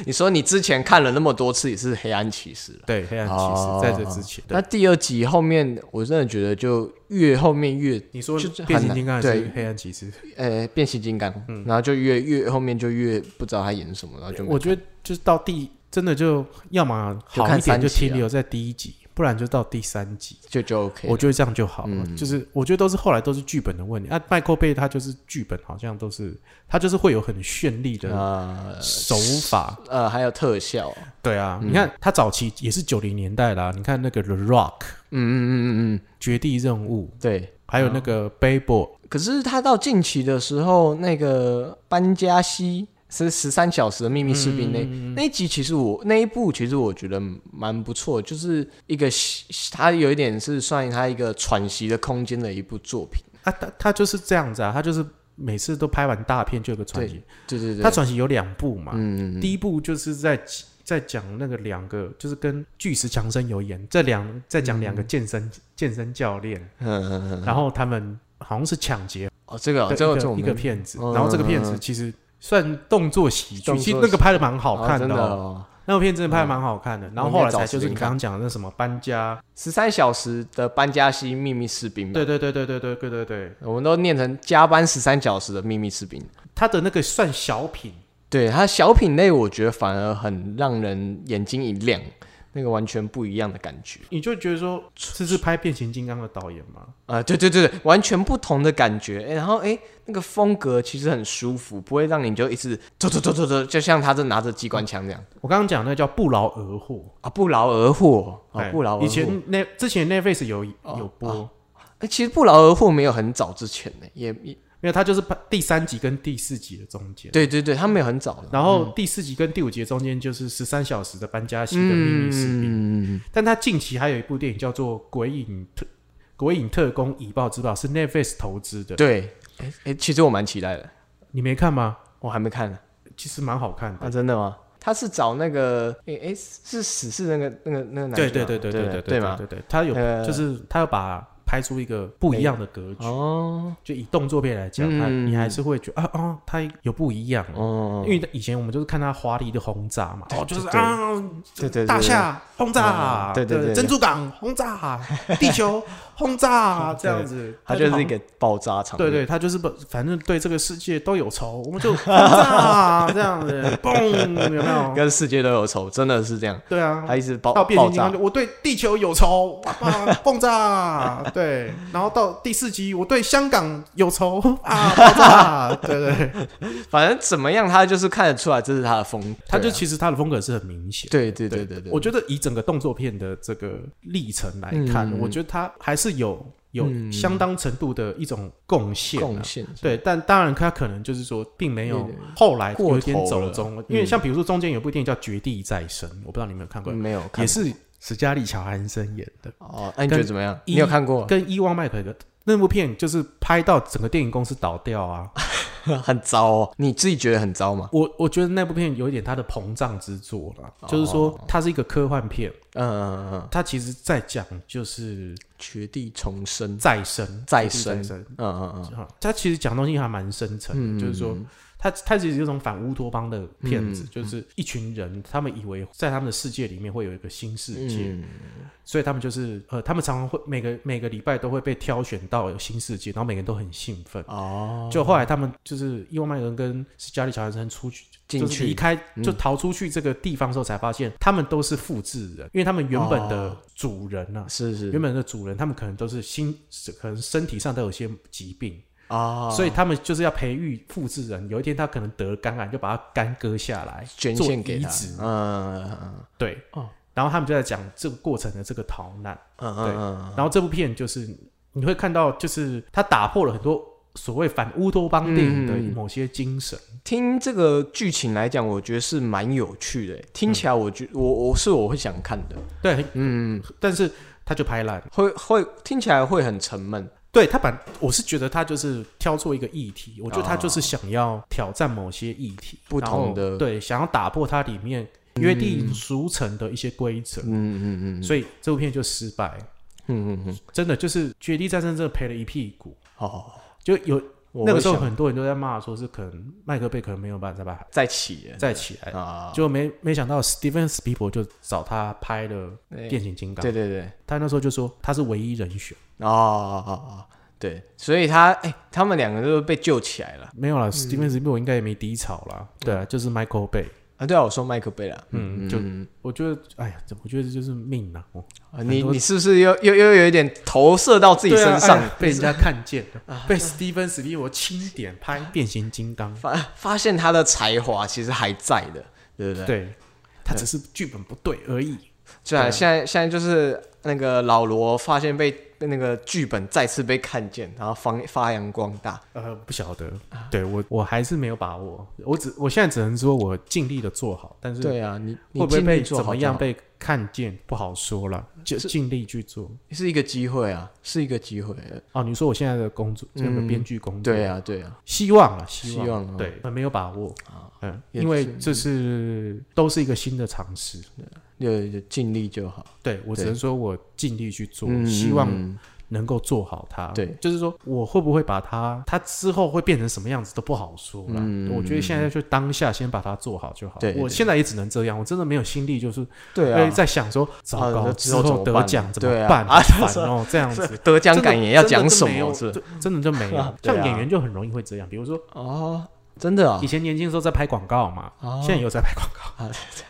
B: 你说你之前看了那么多次也是黑暗骑士了。
A: 对，《黑暗骑士》
B: 哦
A: 在这之前，对
B: 那第二集后面，我真的觉得就越后面越
A: 你说
B: 就是很
A: 变形
B: 难
A: 金刚还是
B: 对
A: 黑暗骑士？
B: 呃变形金刚，然后就越越后面就越不知道他演什么，然后就
A: 嗯
B: 没
A: 我觉得就是到第真的就要么
B: 就
A: 好
B: 看
A: 一点
B: 三集
A: 就
B: 啊
A: 停留在第一集，不然就到第三集。
B: 就就 OK 了。
A: 我觉得这样就好了，
B: 嗯
A: 就是我觉得都是后来都是剧本的问题。啊，麦克贝他就是剧本好像都是他就是会有很绚丽的
B: 呃
A: 手法，
B: 呃还有特效，
A: 对啊，
B: 嗯
A: 你看他早期也是九零年代啦，你看那个 The Rock
B: 嗯嗯嗯嗯嗯，
A: 绝地任务，
B: 对。
A: 还有那个
B: 哦
A: Babel，
B: 可是他到近期的时候，那个班加西是十三小时的秘密士
A: 嗯
B: 兵那、那一集，其实我那一部其实我觉得蛮不错，就是一个他有一点是算他一个喘息的空间的一部作品。
A: 啊，他他就是这样子啊，他就是每次都拍完大片就有个传奇，
B: 对对对，
A: 他传奇有两部嘛，
B: 嗯嗯
A: 第一部就是在在讲那个两个，就是跟巨石强森有演，这两在讲两个健身、健身教练，
B: 嗯嗯嗯，
A: 然后他们好像是抢劫
B: 哦这个哦
A: 的一
B: 这
A: 个、
B: 个这我
A: 一
B: 们
A: 个骗子，
B: 嗯
A: 然后这个骗子其实算动作喜剧，
B: 动作
A: 其实那个拍的蛮好看
B: 哦真
A: 的
B: 的
A: 哦、
B: 哦，
A: 那部片真的拍得蛮好看的，然后后来才就是
B: 我应
A: 你
B: 该找时间看
A: 刚刚讲的那什么搬家，
B: 十三小时的班加西秘密士兵吧，
A: 对对对对对对对对对，
B: 我们都念成加班十三小时的秘密士兵。
A: 他的那个算小品，
B: 对它小品类，我觉得反而很让人眼睛一亮，那个完全不一样的感觉。
A: 你就觉得说这是拍变形金刚的导演吗？
B: 啊，对对对对，完全不同的感觉。诶然后诶，那个风格其实很舒服，不会让你就一直走走走走走，就像他这拿着机关枪这样
A: 我刚刚讲那叫不劳而获，
B: 啊，不劳而获啊，
A: 哎
B: 不劳而获。
A: 以前那之前 Netflix 有有播，
B: 诶其实不劳而获没有很早之前呢，也也
A: 没有，它就是拍第三集跟第四集的中间，
B: 对对对，他没有很早的。
A: 然后第四集跟第五集的中间就是十三小时的搬家戏的秘密士兵，
B: 嗯，
A: 但他近期还有一部电影叫做《鬼影特鬼影特工以暴制暴》，是 Netflix 投资的，
B: 对，诶诶，其实我蛮期待的，
A: 你没看吗？
B: 我还没看呢。
A: 其实蛮好看的。
B: 啊，真的吗？他是找那个，诶诶，是死是那个那个那个男主角
A: 对
B: 吗，
A: 对对对
B: 对
A: 对
B: 对
A: 对
B: 吗？
A: 对对，他有
B: 呃
A: 就是他要把拍出一个不一样的格局，
B: 哦
A: 就以动作片来讲，他
B: 嗯
A: 你还是会觉得啊啊，他有不一样。
B: 哦
A: 因，为以前我们就是看他华丽的轰炸嘛，哦，就是
B: 对
A: 啊，
B: 对对对，
A: 大
B: 对，
A: 厦轰炸
B: 啊，对对对对
A: 珍珠港轰炸，地 球轰炸，这样子，
B: 他就是一个爆炸场，
A: 对对，他就是不，反正对这个世界都有仇，我们 就轰炸这样子，嘣，有没 有？
B: 跟世界都有仇，真的是这样，
A: 对啊，
B: 他一直爆
A: 到变
B: 哦爆
A: 形金刚
B: 炸
A: 就，我对地球有 仇，啊，轰炸，对，然后到第四集我对香港有仇 啊，爆 炸，对对对，
B: 啊反正怎么样，他就是看得出来这是他的风，
A: 他就
B: 对啊
A: 其实他的风格是很明显。
B: 对对对对对，
A: 我觉得以整个动作片的这个历程来看，
B: 嗯
A: 我觉得他还是有有
B: 嗯
A: 相当程度的一种贡献、啊
B: 贡。献
A: 对，但当然他可能就是说，并没有
B: 对对
A: 后来
B: 过头
A: 有点走
B: 了嗯
A: 中，因为像比如说中间有部电影叫《绝地再生》，我不知道你有没有看过，
B: 没有嗯看
A: 也是史嘉丽·乔韩森演的，
B: 哦，那你觉得怎么样？
A: 一
B: 你有看过？
A: 跟伊旺麦奎格那部片就是拍到整个电影公司倒掉啊，
B: 很糟哦。你自己觉得很糟吗？
A: 我我觉得那部片有一点它的膨胀之作啦，就是说
B: 哦
A: 它是一个科幻片，
B: 嗯嗯嗯嗯，
A: 它其实在讲就是
B: 绝地重生，
A: 再生，
B: 再
A: 生，
B: 生
A: 生。
B: 嗯嗯嗯，
A: 哈它其实讲东西还蛮深层的，
B: 嗯嗯
A: 就是说，它它其实有一种反乌托邦的片子，就是一群人，他们以为在他们的世界里面会有一个新世界，
B: 嗯
A: 所以他们就是呃，他们常常会每个每个礼拜都会被挑选到有新世界，然后每个人都很兴奋。
B: 哦，
A: 就后来他们就是伊万麦伦跟斯嘉丽乔安森出去，
B: 进
A: 就是离
B: 去嗯
A: 开就逃出去这个地方的时候，才发现他们都是复制人，因为他们原本的主人啊，
B: 是哦是
A: 原本的主人，他们可能都是心，可能身体上都有些疾病，
B: 啊，
A: 所以他们就是要培育复制人。有一天他可能得肝癌，就把他肝割下来
B: 捐
A: 做
B: 献给
A: 移
B: 他
A: 植，，
B: 嗯嗯
A: 对，
B: 哦
A: 然后他们就在讲这个过程的这个逃难。
B: 嗯嗯
A: 然后这部片就是你会看到，就是它打破了很多所谓反乌托邦电影的
B: 嗯嗯嗯
A: 某些精神。
B: 嗯，听这个剧情来讲，我觉得是蛮有趣的，欸听起来我觉我我是我会想看的，
A: 对，
B: 嗯，
A: 但是他就拍烂。
B: 会会听起来会很沉闷，
A: 对他把，我是觉得他就是挑错一个议题，我觉得他就是想要挑战某些议题，
B: 哦不
A: 然后
B: 同的
A: 对，想要打破它里面约定俗成的一些规则，
B: 嗯嗯嗯
A: 所以这部片就失败。
B: 嗯嗯嗯，
A: 真的就是《绝地战争》真的赔了一屁股，
B: 哦，
A: 就有
B: 我
A: 那个
B: 会
A: 时候
B: 想
A: 很多人都在骂说是可能麦克贝可能没有办法再把
B: 再起了
A: 再起来，
B: 啊，
A: 就没没想到 Steven Spielberg 就找他拍了
B: 对
A: 《变形金刚》
B: 对对对，
A: 他那时候就说他是唯一人选，
B: 哦哦哦哦，对，所以他哎，他们两个都被救起来了
A: 没有啦、s t e v e n Spielberg 应该也没低潮
B: 嗯
A: 啦，对啊，就是 Michael Bay，
B: 啊，对啊，我说麦克贝了，
A: 嗯，就我觉得，哎呀，这我觉得这就是命啊，哦
B: 啊你你是不是又又又有一点投射到自己
A: 对啊
B: 身上
A: 哎呀？被人家看见
B: 啊
A: 了，啊被 Steven Spielberg 钦点拍《变形金刚》，
B: 发发现他的才华其实还在的，对不对？
A: 对他只是剧本不对而已，
B: 虽然
A: 对啊
B: 现在现在就是那个老罗发现被被那个剧本再次被看见，然后发发扬光大。
A: 呃，不晓得，
B: 啊
A: 对我我还是没有把握，我只我现在只能说我尽力的做好，但是
B: 对啊，你你
A: 会不会
B: 尽
A: 被
B: 力做
A: 怎
B: 好
A: 么
B: 就
A: 样
B: 好
A: 被看见不好说了，就尽力去做。
B: 是一个机会啊，是一个机会。
A: 哦，你说我现在的工作，这个
B: 嗯
A: 编剧工作，
B: 对啊，对啊，
A: 希望了，希望，
B: 希望啊
A: 对，呃没有把握嗯，
B: 啊也
A: 因为这是都是一个新的尝试，
B: 就就尽力就好。
A: 对我只
B: 对
A: 能说我尽力去做，
B: 嗯
A: 希望
B: 嗯
A: 能够做好它。
B: 对
A: 就是说我会不会把它，它之后会变成什么样子都不好说了。
B: 嗯
A: 我觉得现在就当下先把它做好就好。
B: 对
A: 我
B: 对
A: 现在也只能这样，我真的没有心力，就是
B: 对
A: 呃
B: 啊，
A: 在想说，糟
B: 啊
A: 糕，
B: 那
A: 之
B: 之后怎
A: 后
B: 么
A: 得
B: 办
A: 奖怎么
B: 对啊
A: 办？
B: 啊
A: 好烦哦，这样子。
B: 得奖感
A: 真的
B: 言要讲什
A: 真的就没有
B: 么？是
A: 就真的就没有
B: 啊。
A: 像
B: 对啊
A: 演员就很容易会这样，比如说
B: 哦，真的啊
A: 以，前年轻的时候在拍广告嘛，
B: 哦啊
A: 现在也有在拍广 告。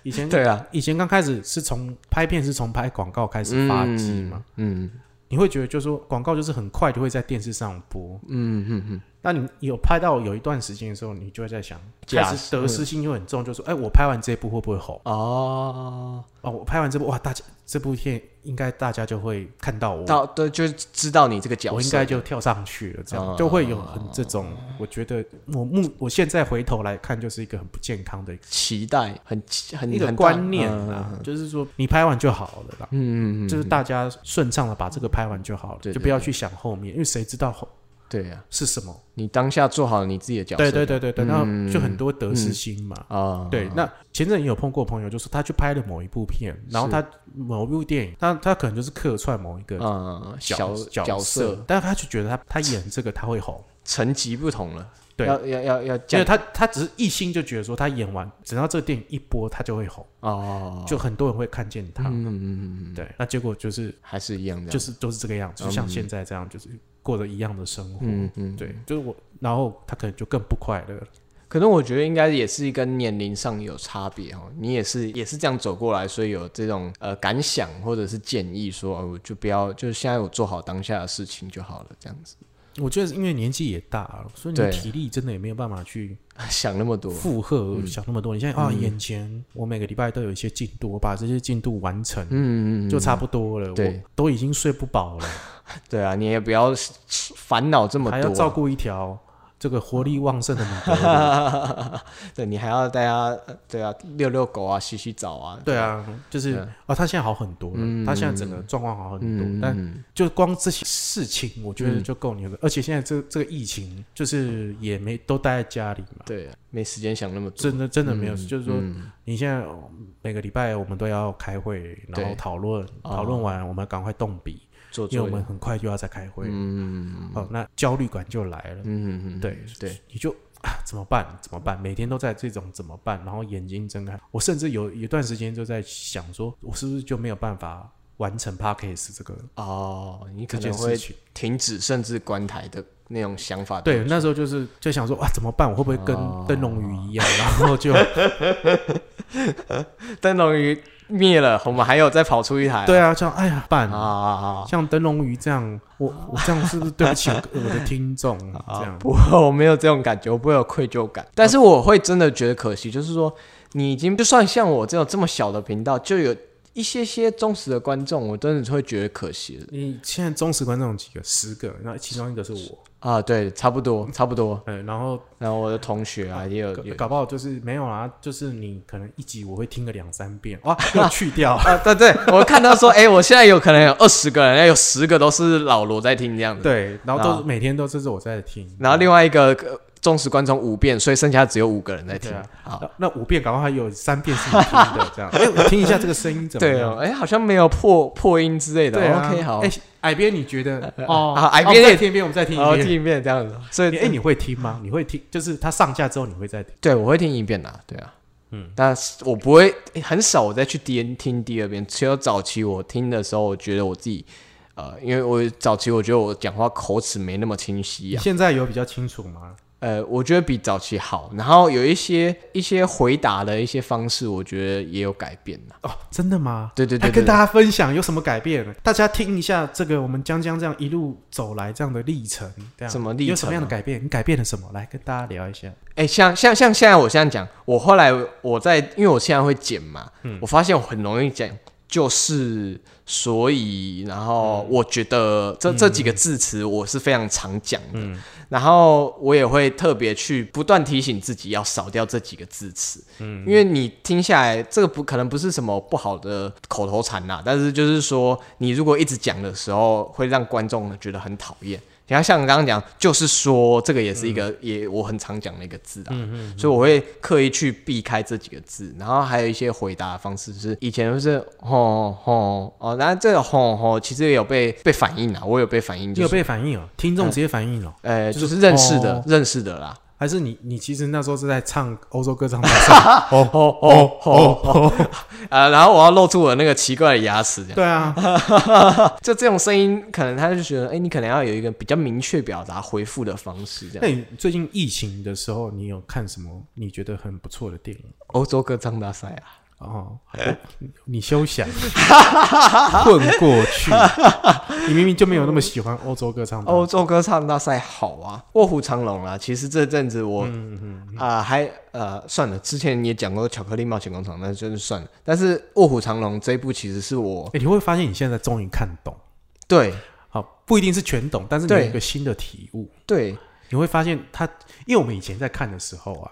A: 以前
B: 对啊，
A: 以前刚开始是从拍片是从拍广告开始发迹嘛，
B: 嗯
A: 你会觉得就是说广告就是很快就会在电视上播。
B: 嗯嗯嗯，
A: 那你有拍到有一段时间的时候，你就会在想，开
B: 假
A: 始得失心就很重，就说，哎，我拍完这部会不会红？
B: 哦，
A: 哦，我拍完这部，哇，大家这部片应该大家就会看到我，
B: 到对，就知道你这个角色，
A: 我应该就跳上去了，这样、
B: 哦
A: 就会有很这种，我觉得我目我现在回头来看，就是一个很不健康的
B: 期待，很期很
A: 一个
B: 很大
A: 观念
B: 嗯
A: 啊，就是说你拍完就好了啦，
B: 嗯嗯嗯，
A: 就是大家顺畅的把这个拍完就好了，
B: 对对
A: 就不要去想后面，因为谁知道后
B: 对啊，
A: 是什么？
B: 你当下做好你自己的角色，
A: 对对对对对，
B: 嗯
A: 那、就很多得失心嘛。
B: 啊，
A: 对，那前阵也有碰过朋友，就是他去拍了某一部片，然后他某一部电影，他他可能就是客串某一个
B: 嗯，
A: 角
B: 小
A: 角
B: 色
A: 但他就觉得他他演这个他会 红，
B: 层级不同了，
A: 对
B: 要要要要
A: 因
B: 降
A: 为他他只是一心就觉得说他演完，只要这个电影一播，他就会红，
B: 哦，
A: 就很多人会看见他。
B: 嗯嗯嗯嗯，
A: 对，那结果就是
B: 还是一样的，
A: 就是都是这个样子，就像现在这样，就是过着一样的生活。
B: 嗯嗯，
A: 对，就是我，然后他可能就更不快乐了。
B: 可能我觉得应该也是跟年龄上有差别哦，你也是也是这样走过来，所以有这种呃感想或者是建议说，呃我就不要，就是现在我做好当下的事情就好了，这样子，
A: 我觉得是因为年纪也大了，所以你的
B: 对
A: 体力真的也没有办法去
B: 想那么多，嗯
A: 负荷想那么多。你现在啊，眼前我每个礼拜都有一些进度，我把这些进度完成
B: 嗯嗯嗯，
A: 就差不多了，
B: 对
A: 我都已 经睡不饱了，
B: 对啊，你也不要烦恼这么
A: 还
B: 多，
A: 要照顾一条这个活力旺盛的米德 鲁。
B: 对你还要带他，呃对啊，遛遛狗啊，洗洗澡啊，
A: 对啊，就是
B: 嗯
A: 哦，他现在好很多了，
B: 嗯
A: 他现在整个状况好很多，
B: 嗯，嗯，
A: 但
B: 嗯
A: 就光这些事情，我觉得就够牛了。而且现在这这个疫情，就是也没都待在家里嘛，
B: 对，啊没时间想那么多，
A: 真的真的没有，
B: 嗯
A: 就是说
B: 嗯
A: 你现在哦每个礼拜我们都要开会，然后
B: 对
A: 讨论，
B: 哦
A: 讨论完我们赶快动笔，
B: 做
A: 因为
B: 作
A: 我
B: 业
A: 们，很快就要再开会。
B: 嗯嗯
A: 哦，那焦虑感就来了，
B: 嗯嗯，
A: 对
B: 对，
A: 你就 啊怎么办？怎么办？每天都在这种怎么办？然后眼睛睁开，我甚至有有一段时间就在想说，我是不是就没有办法完成 podcast 这个
B: 哦，你
A: 这
B: 可
A: 件
B: 能
A: 事
B: 会
A: 情？
B: 停止甚至关台的那种想法，
A: 对，那时候就是就想说，哇，怎么办？我会不会跟
B: 啊哦
A: 灯笼鱼一样？然后 就
B: 灯笼鱼灭了，我们还有再跑出一台，
A: 对啊，这样哎呀，办
B: 啊啊啊
A: 像灯笼鱼这样，我我这样是不是对不起我我的听众？
B: 哦
A: 这样，
B: 不会，我没有这种感觉，我不会有愧疚感，但是我会真的觉得可惜，就是说你已经就算像我这种这么小的频道，就有一些些忠实的观众，我真的会觉得可惜了
A: 你现在忠实观众有几个？十个，那其中一个是我，
B: 啊，对，差不多，差不多。
A: 嗯，然后
B: 然后我的同学啊，也有
A: 搞
B: 有。
A: 搞不好就是没有啦，就是你可能一集我会听个两三遍，哇，又去掉
B: 啊，对对，我看到说，哎、我现在有可能有二十个人，哎有十个都是老罗在听这样 子，
A: 对，然后都
B: 啊
A: 每天都这是我在听，
B: 然后另外一个呃忠实观众五遍，所以剩下只有五个人在听
A: 对啊。
B: 好，
A: 那那五遍，搞不好还有三遍是你听的，这样。 哎，我听一下这个声音怎么
B: 对
A: 样
B: 哦，？哎、好像没有破破音之类的。哦
A: 对啊
B: OK，好，
A: 哎，矮边你觉 得？哦，
B: 啊矮
A: 哦
B: 边
A: 再
B: 也
A: 听一遍，我们再听
B: 然后
A: 一遍。
B: 听一遍这样子，所以
A: 你哎，你会听吗？你会听？就是它上架之后你会再听？
B: 对我会听一遍啦，对啊，嗯，但是我不会、哎很少我再去第听第二遍，只有早期我听的时候，我觉得我自己。呃，因为我早期我觉得我讲话口齿没那么清晰
A: 你
B: 啊，
A: 现在有比较清楚吗？
B: 呃，我觉得比早期好，然后有一些一些回答的一些方式，我觉得也有改变啦。
A: 哦，真的吗？
B: 对对对
A: 来跟
B: 对
A: 大家分享有什么改变？大家听一下这个我们江江这样一路走来这样的历程，这样
B: 什么历
A: 有什么
B: 程
A: 样的
B: 啊
A: 改变？你改变了什么？来跟大家聊一下。
B: 哎、像像像现在我现在讲，我后来我在，因为我现在会剪嘛，我发现我很容易讲，就是所以，然后我觉得这、这几个字词我是非常常讲的，然后我也会特别去不断提醒自己要少掉这几个字词，嗯，因为你听下来，这个不可能不是什么不好的口头禅啦，但是就是说，你如果一直讲的时候，会让观众觉得很讨厌。你看，像你刚刚讲，就是说这个也是一个、也我很常讲的一个字啊，所以我会刻意去避开这几个字，然后还有一些回答的方式是以前就是吼吼哦，然后这个吼吼其实也有被被反应啊，我有被反应，
A: 你
B: 就
A: 有
B: 是
A: 被反应哦，听众直接反应哦，
B: 呃
A: 就是
B: 就是认识的、
A: 哦
B: 认识的啦，
A: 还是你你其实那时候是在唱欧洲歌唱大 赛？
B: 哦哦哦哦哦，啊，然后我要露出我那个奇怪的牙齿，这样
A: 对啊，
B: 就这种声音，可能他就觉得，哎，你可能要有一个比较明确表达回复的方式，这样
A: 那。你最近疫情的时候，你有看什么你觉得很不错的电影？
B: 欧洲歌唱大赛啊，
A: 哦，你你休想 混过去！你明明就没有那么喜欢欧洲歌唱大赛
B: 欧洲歌唱大赛好啊，卧虎藏龙啊。其实这阵子我啊、还呃算了，之前也讲过《巧克力冒险工厂》，那就是算了。但是《卧虎藏龙》这一部其实是我
A: 哎、你会发现你现在终于看懂，
B: 对
A: 好，不一定是全懂，但是你有
B: 对
A: 一个新的体悟。
B: 对
A: 你会发现它，因为我们以前在看的时候啊，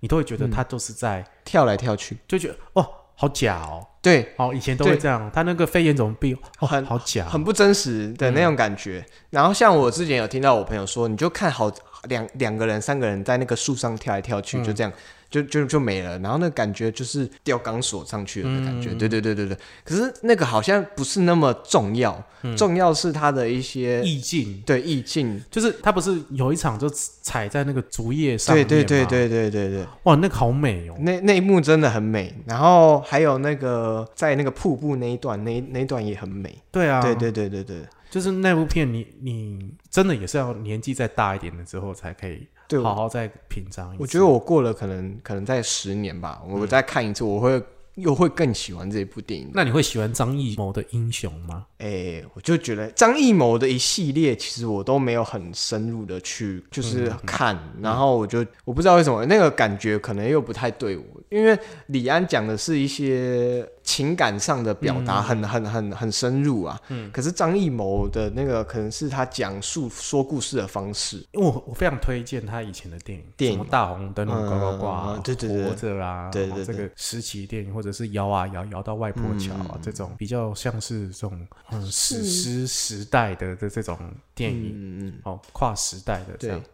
A: 你都会觉得它都是在，
B: 跳来跳去，
A: 就觉得哦，好假哦，
B: 对
A: 哦，以前都会
B: 对
A: 这样。他那个肺炎怎么病，哦，
B: 很
A: 好假哦，
B: 很不真实的那种感觉。然后像我之前有听到我朋友说，你就看好两两个人、三个人在那个树上跳来跳去，
A: 嗯
B: 就这样，就就就没了。然后那个感觉就是吊钢索上去了的
A: 嗯
B: 感觉。对对对对对。可是那个好像不是那么重要，重要是它的一些
A: 嗯意境。
B: 对意境。
A: 就是他不是有一场就踩在那个竹叶上
B: 对
A: 面
B: 对对
A: 吗，
B: 对对对对，
A: 哇，那个好美哦，
B: 那那一幕真的很美，然后还有那个在那个瀑布那一段，那一那一段也很美。
A: 对啊，
B: 对，对对对对，
A: 就是那部片你，你真的也是要年纪再大一点了之后才可以
B: 对我
A: 好好再品尝一次。
B: 我觉得我过了可能可能在十年吧，我再看一次，我会又会更喜欢这部电影。
A: 那你会喜欢张艺谋的《英雄》吗？
B: 哎、我就觉得张艺谋的一系列，其实我都没有很深入的去就是看，然后我就我不知道为什么那个感觉可能又不太对我，因为李安讲的是一些情感上的表达很、很很很深入啊。嗯，可是张艺谋的那个可能是他讲述说故事的方式，
A: 因为我我非常推荐他以前的电影，
B: 电
A: 什
B: 影
A: 么大红灯笼高高挂啊、
B: 嗯对对对
A: 活着啊，
B: 对对对嗯
A: 这个时期电影或者是摇啊摇摇到外婆桥啊、这种比较像是这种嗯史诗时代的的这种电影、
B: 嗯嗯，
A: 哦，跨时代的这样
B: 对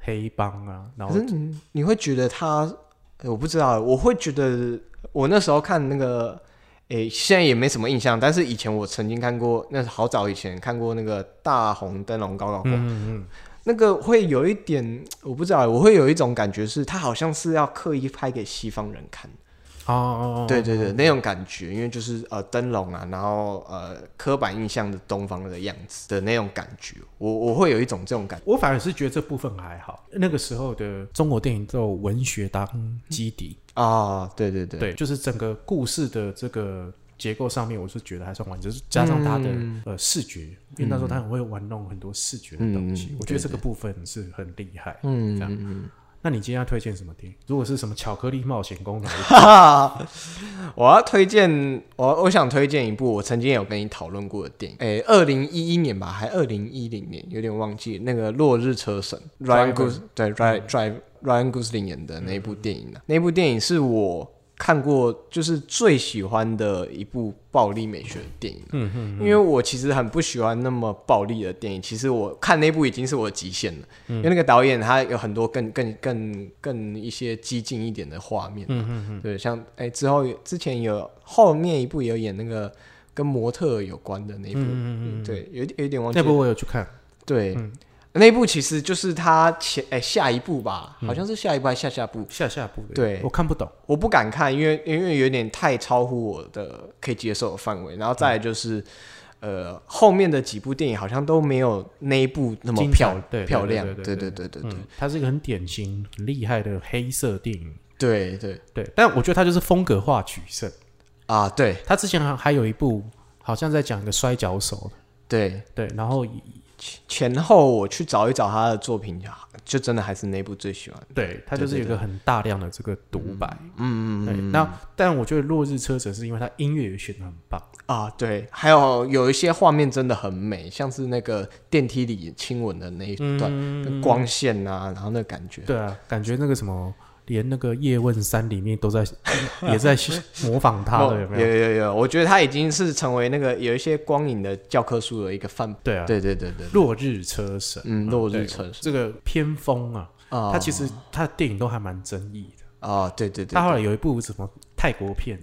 A: 黑帮啊，然
B: 可
A: 后
B: 是你你会觉得他，呃我不知道，我会觉得我那时候看那个，诶、现在也没什么印象，但是以前我曾经看过，那是好早以前看过那个《大红灯笼高高挂》
A: 嗯嗯
B: 那个会有一点，我不知道，我会有一种感觉是，他好像是要刻意拍给西方人看，
A: 嗯，哦哦，哦
B: 对对对，那种感觉，因为就是呃灯笼啊，然后呃刻板印象的东方的样子的那种感觉，我我会有一种这种感觉，
A: 我反而是觉得这部分还好，那个时候的中国电影都有文学当基底，
B: 啊，对对对，
A: 对，就是整个故事的这个结构上面，我是觉得还算完整，就是加上他的、
B: 嗯
A: 呃视觉，因为那时候他很会玩弄很多视觉的东西，
B: 嗯嗯
A: 我觉得这个
B: 对
A: 部分是很厉害。
B: 嗯
A: 这样
B: 嗯嗯
A: 那你今天要推荐什么电影？如果是什么巧克力冒险 工，
B: 哈哈，我要推荐，我我想推荐一部我曾经有跟你讨论过的电影，诶、2二零一一年吧，还二零一零年，有点忘记那个《落日车神》
A: Driver
B: Ryan Gos 对 Ryan Drive Ryan Gosling 演的那一部电影呢、啊那部电影是我看过就是最喜欢的一部暴力美学电影、嗯嗯，因为我其实很不喜欢那么暴力的电影，其实我看那部已经是我的极限了，
A: 嗯
B: 因为那个导演他有很多更更更更一些激进一点的画面、嗯嗯嗯，对，像哎、之后有之前有后面一部有演那个跟模特有关的那一部，
A: 嗯嗯嗯，
B: 对，有一点有一点忘记
A: 那部嗯我有去看，
B: 对，那一部其实就是他前哎、下一部吧，
A: 嗯
B: 好像是下一部还是下下部，
A: 下下部的，
B: 对
A: 我看不懂，
B: 我不敢看，因为因为有点太超乎我的可以接受的范围。然后再来
A: 嗯
B: 就是，呃，后面的几部电影好像都没有那一部那么
A: 精彩
B: 漂
A: 对
B: 漂亮，
A: 对
B: 对
A: 对
B: 对对对
A: 嗯，它是一个很典型、很厉害的黑色电影，
B: 对对
A: 对，但我觉得它就是风格化取胜。
B: 啊，对
A: 他之前还还有一部好像在讲一个摔跤手的，
B: 对。
A: 对，然后
B: 前后我去找一找他的作品，就真的还是那一部最喜欢的。
A: 对他就是有一个很大量的这个独白。
B: 嗯嗯
A: 对，那但我觉得《落日车神》是因为他音乐也选的很棒，
B: 啊，对，还有有一些画面真的很美，像是那个电梯里亲吻的那一段、
A: 嗯
B: 那光线啊，然后那感觉。
A: 对啊，感觉那个什么，连那个《叶问三》里面都 在也在模仿他
B: 哦
A: 的，有没有？
B: 有有有我觉得他已经是成为那个有一些光影的教科书的一个范。
A: 对啊，
B: 对对对对，
A: 《落日车神》
B: 嗯，落日
A: 对
B: 城
A: 这个偏锋啊，
B: 啊，
A: 他其实他的电影都还蛮争议的。
B: 啊，对对对啊
A: 他，后来有一部什么泰国片，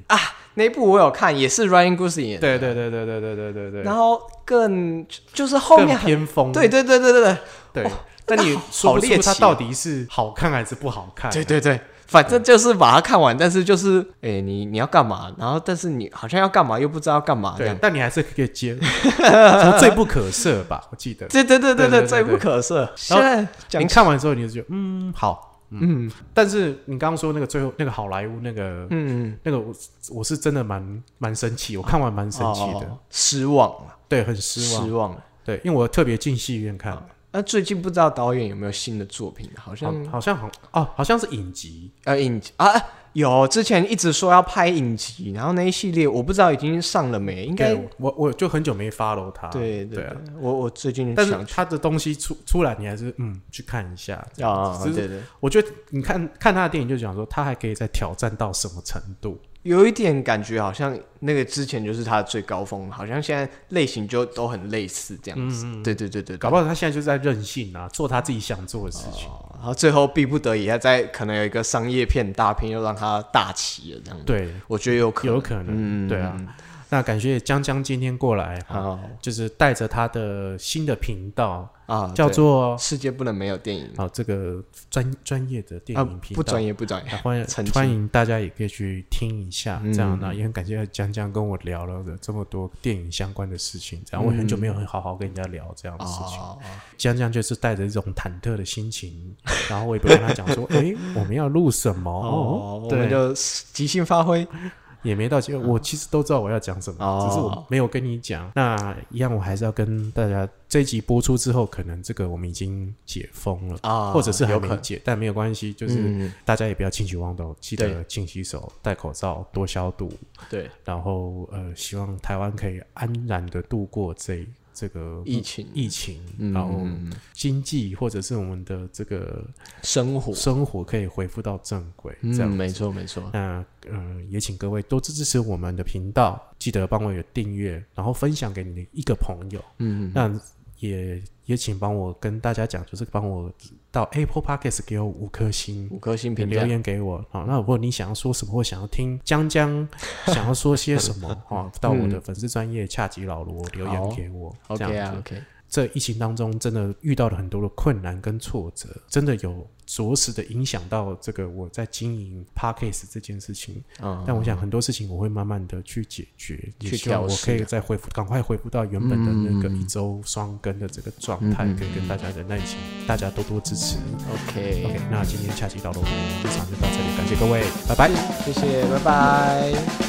B: 那一部我有看，也是 Ryan Gosling 演的。
A: 对对对对对对对对对，
B: 然后更就是后面
A: 更
B: 很
A: 偏锋，
B: 对哦对对对对
A: 对
B: 哇，
A: 但你
B: 那好
A: 说不
B: 好猎
A: 出
B: 奇
A: 它
B: 哦
A: 到底是好看还是不好看。
B: 对对对对，反正就是把它看完，但是就是哎，你你要干嘛？然后但是你好像要干嘛又不知道要干嘛这
A: 对
B: 样。，
A: 但你还是可以接，什么罪不可赦 吧？我记得。
B: 对对对
A: 对对对
B: 对，罪不可赦。现在讲
A: 您看完之后，你就觉得嗯好，
B: 嗯
A: 但是你刚刚说那个最后那个好莱坞那个
B: 嗯，
A: 那个，我我是真的蛮蛮生气，我看完蛮生气嗯的，
B: 哦失望了，
A: 对，很失望，
B: 失望了。
A: 对，因为我特别进戏院看，
B: 那最近不知道导演有没有新的作品，好像
A: 好好像好哦，好像是影集，
B: 呃影集啊有之前一直说要拍影集，然后那一系列我不知道已经上了没，应该
A: 对我我就很久没 follow 他，
B: 对
A: 对啊，
B: 我我最近
A: 但是
B: 想去
A: 他的东西出出来，你还是嗯去看一下，
B: 啊，
A: 只是
B: 对对，
A: 我觉得你看看他的电影就讲说，他还可以再挑战到什么程度？
B: 有一点感觉好像那个之前就是他的最高峰，好像现在类型就都很类似这样子，对对对
A: 嗯
B: 对对
A: 搞。不好他现在就在任性啊，做他自己想做的事情。
B: 哦然后最后逼不得已，他在可能有一个商业片大片，又让他大起了这样。，
A: 对，
B: 我觉得有哦可能，
A: 有可能。
B: 嗯，
A: 对啊，那感谢江江今天过来，
B: 好
A: 就是带着他的新的频道，
B: 啊，
A: 叫做
B: 对世界不能没有电影
A: 啊这个专专业的电
B: 啊
A: 影，频
B: 不
A: 道。
B: 专业不专业
A: 啊，欢迎
B: 澄清
A: 欢迎大家也可以去听一下，
B: 嗯
A: 这样啊那也很感谢江江跟我聊了这么多电影相关的事情，这样我也很久没有很好好跟人家聊这样的事情。
B: 嗯哦
A: 江江就是带着一种忐忑的心情， 然后 我也不跟他讲说，哎、我们要录什么？
B: 哦，我
A: 对
B: 们就即兴发挥。
A: 也没到结尾，我其实都知道我要讲什么，
B: 哦
A: 只是我没有跟你讲。那一样，我还是要跟大家，这一集播出之后，可能这个我们已经解封了，
B: 啊，
A: 或者是还
B: 有
A: 没
B: 可能
A: 解，但没有关系，就是
B: 嗯
A: 大家也不要轻举妄动，记
B: 对
A: 得勤洗手、戴口罩、多消毒，
B: 对
A: 然后呃，希望台湾可以安然的度过这这个
B: 疫情，
A: 疫情，
B: 嗯
A: 然后
B: 嗯嗯
A: 经济或者是我们的这个
B: 生活，
A: 生活可以恢复到正轨，这
B: 嗯，
A: 样。
B: 没错没错，
A: 那呃，也请各位多支持我们的频道，记得帮我有订阅，然后分享给你的一个朋友。
B: 嗯，
A: 那也也请帮我跟大家讲，就是帮我到 Apple Podcast 给我五颗星，
B: 五颗星评价
A: 留，言给我。好，那如果你想要说什么，或想要听江江 想要说些什么，哦，到我的粉丝专业恰吉老罗留
B: 嗯好
A: 言给我。这
B: OK
A: 样
B: 啊
A: 子，
B: ，OK，
A: 这疫情当中真的遇到了很多的困难跟挫折，真的有着实的影响到这个我在经营 Podcast 这件事情。
B: 嗯，
A: 但我想很多事情我会慢慢的去解决，也
B: 去
A: 希望
B: 调
A: 我
B: 试啊
A: 可以再恢复，赶快恢复到原本的那个
B: 嗯
A: 一周双更的这个状态，
B: 嗯嗯
A: 可以跟大家的耐心，大家多多支持。
B: OK，
A: OK，那今天下期到了，我们日常就到这里，感谢各位，拜拜。
B: 谢谢，拜拜。